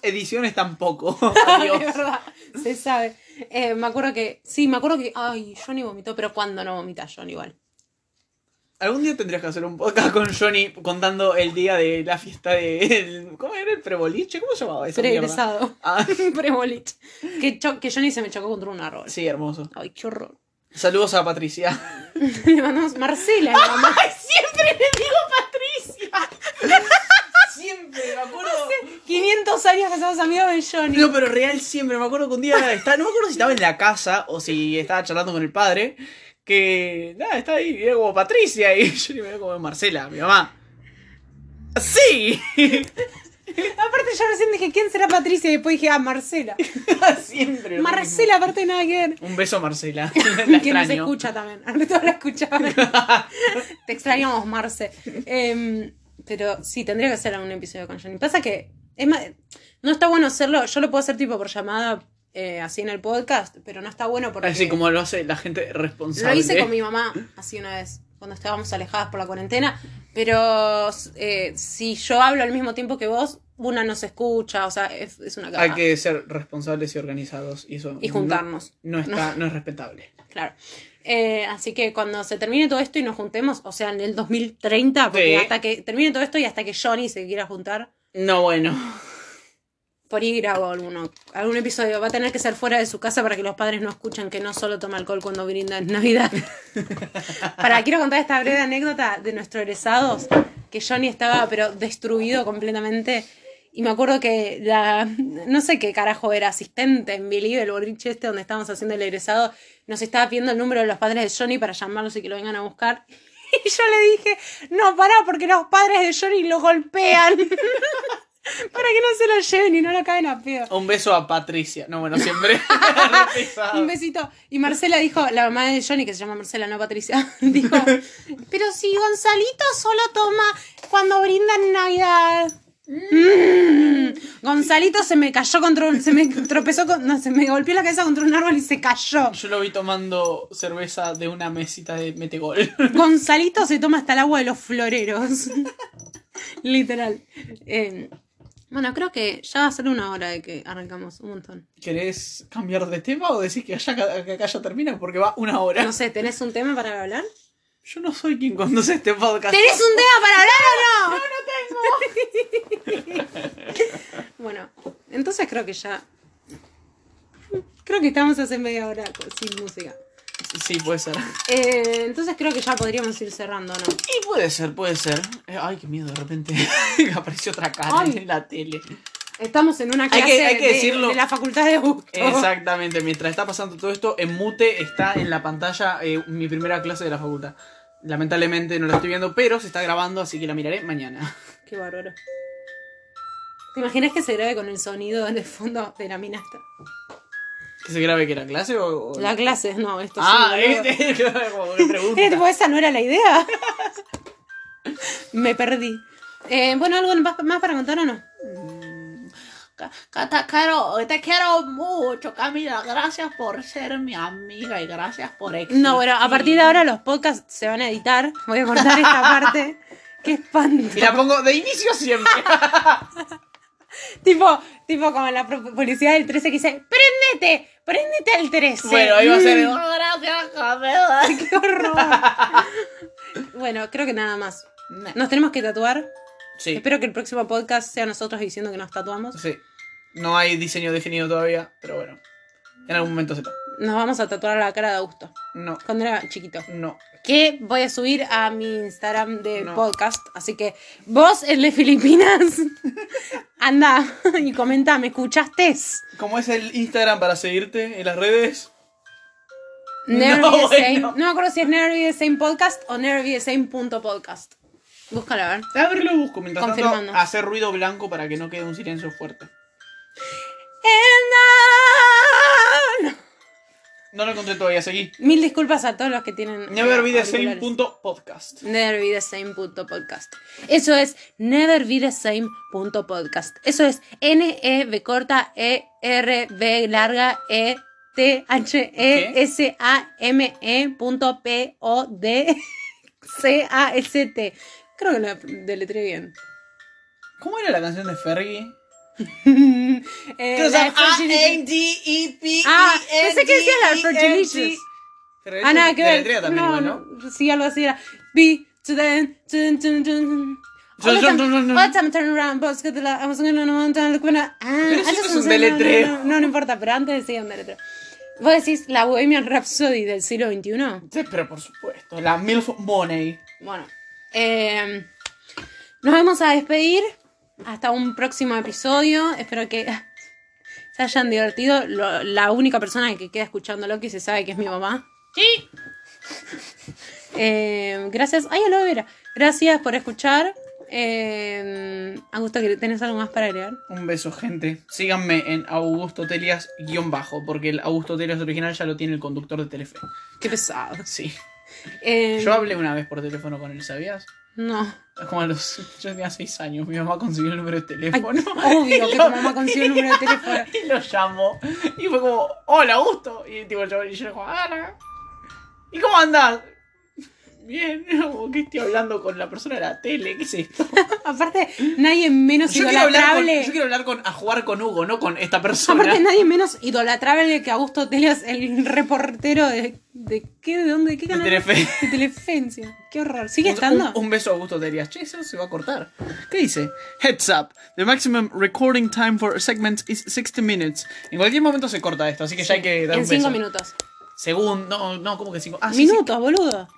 [LAUGHS]
Ediciones tampoco.
De
Adiós.
verdad, se sabe. Eh, me acuerdo que, sí, me acuerdo que, ay, Johnny vomitó, pero ¿cuándo no vomita Johnny igual?
Algún día tendrías que hacer un podcast con Johnny contando el día de la fiesta de... el- ¿Cómo era el preboliche? ¿Cómo se llamaba
[LAUGHS]
eso?
Pregresado.
Ah,
Prebolich. Que, cho- que Johnny se me chocó contra un árbol.
sí, hermoso.
Ay, qué horror. [LAUGHS]
Saludos a Patricia. [LAUGHS]
Le mandamos Marcela, la mamá. [LAUGHS]
¡Ay, siempre le digo Patricia! siempre, me acuerdo.
500 años que somos amigos de Johnny.
No, pero real siempre. Me acuerdo que un
[LAUGHS]
día estaba, no me acuerdo si estaba en la casa o si estaba charlando con el padre. [LAUGHS] Que nada, estaba ahí, y era como Patricia. Y yo le veo como Marcela, mi mamá.
[LAUGHS]
¡Sí!
Aparte yo recién dije, ¿quién será Patricia? Y después dije, ah, Marcela.
Siempre. lo
Marcela, aparte nada que ver.
mismo. Un beso, Marcela.
[LAUGHS]
La
Que nos
extraño.
escucha también. [LAUGHS] Ahorita la escuchaban.
[LAUGHS]
Te extrañamos, Marce. Em, pero sí, tendría que hacer un episodio con Jenny. Pasa que es más, no está bueno hacerlo. Yo lo puedo hacer tipo por llamada, eh, así en el podcast, pero no está bueno porque
Así como lo hace la gente
lo
responsable.
hice con mi mamá así una vez, cuando estábamos alejadas por la cuarentena. Pero eh, si yo hablo al mismo tiempo que vos, una no se escucha, o sea, es, es una
Hay
cagada.
que ser responsables y organizados. Y, eso
Y juntarnos.
No, no está, no es respetable.
Claro. Eh, así que cuando se termine todo esto y nos juntemos, o sea, en el 2030, porque
Sí.
hasta que termine todo esto y hasta que Johnny se quiera juntar,
No, bueno.
por ahí grabo alguno, algún episodio. Va a tener que ser fuera de su casa para que los padres no escuchen que no solo toma alcohol cuando brinda en Navidad. para, quiero contar esta breve anécdota de nuestros egresados, que Johnny estaba pero destruido completamente. Y me acuerdo que la, no sé qué carajo era, asistente en Billy, el boliche este donde estábamos haciendo el egresado, nos estaba pidiendo el número de los padres de Johnny para llamarlos y que lo vengan a buscar. [LAUGHS] Y yo le dije, no, pará, porque los padres de Johnny lo golpean. [LAUGHS] Para que no se lo lleven y no lo caen a pedo.
[LAUGHS] Un beso a Patricia. No, bueno, [LAUGHS] siempre.
Un besito. Y Marcela dijo, la mamá de Johnny, que se llama Marcela, no Patricia, [LAUGHS] dijo, pero si Gonzalito solo toma cuando brindan en Navidad. Mm. Gonzalito se me cayó contra un, se me tropezó con, no, se me golpeó la cabeza contra un árbol y se cayó.
Yo lo vi tomando cerveza de una mesita de metegol.
Gonzalito se toma hasta el agua de los floreros. [LAUGHS] Literal. Eh, bueno, creo que ya va a ser una hora de que arrancamos un montón.
[LAUGHS] ¿Querés cambiar de tema o decís que allá, que acá ya termina porque va una hora?
No sé, ¿tenés un tema para hablar?
Yo no soy quien conduce este podcast.
¿Tenés un tema para hablar o no? No, [LAUGHS] tengo. bueno, entonces creo que ya. Creo que estamos hace media hora co- sin música.
Sí, puede ser.
Eh, entonces creo que ya podríamos ir cerrando, ¿no?
Y puede ser, puede ser. Eh, Ay, qué miedo, de repente [LAUGHS] apareció otra cara
Ay.
en la tele.
Estamos en una
que-
clase
hay que
de,
decirlo.
de la facultad de gusto.
Exactamente, mientras está pasando todo esto, en mute está en la pantalla eh, mi primera clase de la facultad. Lamentablemente no la estoy viendo, pero se está grabando, así que la miraré mañana. [LAUGHS]
Qué bárbaro. ¿Te imaginas que se grabe con el sonido en el fondo de la minasta?
¿Que se grabe que la clase o...? o-
La clase, no, esto
ah,
sí, boludo.
este, [LAUGHS] como que pregunta.
Eh, tipo, esa no era la idea. Me perdí. Eh, bueno, ¿algo más- más para contar o no?
Ca- ca- Te quiero, te quiero mucho, Camila. Gracias por ser mi amiga y gracias por existir.
No, bueno, a partir de ahora los podcasts se van a editar. Voy a cortar [LAUGHS] esta parte. Qué espanto.
Y la pongo de inicio
[LAUGHS]
siempre.
Tipo, tipo como la pro- policía del 13 que dice, ¡Préndete! ¡Préndete al 13!
Bueno, ahí va a ser...
Oh, Gracias, [LAUGHS] Camila.
¡Qué horror! [LAUGHS] bueno, creo que nada más. Nos tenemos que tatuar.
Sí,
Espero que el próximo podcast sea nosotros diciendo que nos tatuamos.
sí. No hay diseño definido todavía, pero bueno. En algún momento sepa.
Nos vamos a tatuar la cara de Augusto.
No,
Cuando era chiquito.
no.
que voy a subir a mi Instagram de
No.
podcast. Así que vos, el de
[LAUGHS]
Filipinas, anda y comenta, ¿me escuchaste?
¿Cómo es el Instagram para seguirte en las redes?
Never
No,
Be the Same.
bueno.
No me acuerdo si es Never Be the Same Podcast o Never Be the Same punto podcast. Búscalo a ver.
A ver, lo busco. Mientras
Confirmando.
tanto, hacer ruido blanco para que no quede un silencio fuerte.
And I-
No lo encontré todavía, seguí.
Mil disculpas a todos los que tienen.
Never be the
auriculares.
same punto podcast.
Never be the same punto podcast. Eso es never be the same punto podcast. Eso es N E B corta E R B larga E T H E S A M E punto P O D C A S T. Creo que lo deletré bien.
¿Cómo era la canción de Fergie?
Eh,
Creo que
la de
se llama
Fragility.
A-N-D-E-P-E-N-T-E-L-G-E-S.
Ah, pensé que decía la de Fragilicious.
Pero
Ah,
eso
nada que
de
ver.
letrea también,
no,
igual,
no, Sí, algo así era. Be to the end. Dun, dun, dun. All the
Dun, dun,
time,
dun, dun, dun.
all the time turn around, but it's good luck. I was gonna know one time, look when I- Ah, I
eso
just
es un
was gonna-
deletreo.
No, no, no importa, pero antes decía un deletreo. Vos decís la Bohemian Rhapsody del siglo XXI.
Sí, pero por supuesto, la MILF Money.
Bueno, eh, nos vamos a despedir. Hasta un próximo episodio. Espero que [LAUGHS] se hayan divertido. Lo- la única persona que queda escuchándolo que se sabe que es mi mamá. [LAUGHS]
Sí.
Em, Eh, gracias. Ay, aloe vera. Gracias por escuchar. Eh, Augusto, ¿quer- ¿tenés algo más para agregar?
Un beso, gente. Síganme en Augusto Telias guión bajo, porque el Augusto Telias original ya lo tiene el conductor de Telefe.
Qué pesado.
Sí.
Eh,
Yo hablé una vez por teléfono con él, ¿sabías?
No.
[LAUGHS] Como a los. Yo tenía 6 años, mi mamá consiguió el número de
Ay,
teléfono. [LAUGHS]
Obvio que tu mamá consiguió el número de teléfono.
Y lo llamó. Y fue como, hola, Augusto. Y tipo, yo, y yo le digo, hola. ¿Y cómo andás? Bien, [LAUGHS] como que estoy hablando con la persona de la tele, ¿qué
[LAUGHS]
es esto?
Aparte, nadie menos
Yo quiero, hablar con,
idolatrable.
yo quiero hablar con a jugar con Hugo, no con esta persona.
Aparte, nadie menos idolatrable que Augusto Telias, el reportero de. ¿De qué? ¿De dónde? ¿De qué
De
canal?
Telefe.
De Telefe, encima. Qué horror. ¿Sigue
Un-
estando?
Un, un beso a Augusto Terias. Che, eso se va a cortar. ¿Qué dice? Heads up. The maximum recording time for segments is 60 minutes. En cualquier momento se corta esto, así que ya hay que dar
en
un
cinco
beso.
minutos.
Segundo, no, no, ¿cómo que cinco? Ah, sí, sí.
minutos, boludo.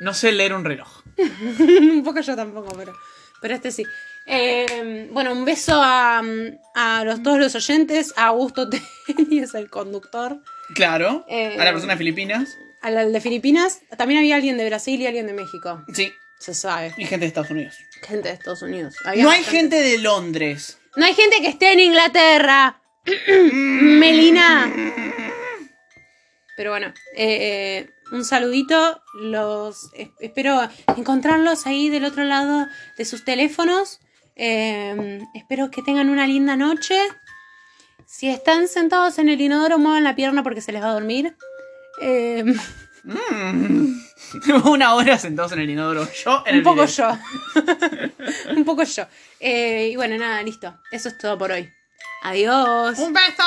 No sé leer un reloj.
[LAUGHS] un poco yo tampoco, pero. Pero este sí. Eh, bueno, un beso a, a los, todos los oyentes, a Augusto [LAUGHS] Telias, el conductor,
Claro.
Eh,
a la persona de Filipinas.
al al de Filipinas. También había alguien de Brasil y alguien de México.
Sí.
Se sabe.
Y gente de Estados Unidos.
Gente de Estados Unidos. Había
No hay
bastante.
gente de Londres. [LAUGHS]
No hay gente que esté en Inglaterra. [CLEARS THROAT] Melina. Pero bueno, eh, eh, un saludito. Los es- espero encontrarlos ahí del otro lado de sus teléfonos. Eh, espero que tengan una linda noche. Si están sentados en el inodoro, muevan la pierna porque se les va a dormir. Eh,
Mm. Una hora sentados en el inodoro. Yo en
un
el
poco
video.
yo. un poco yo. [LAUGHS] Eh, y bueno, nada, listo. Eso es todo por hoy. Adiós.
Un beso.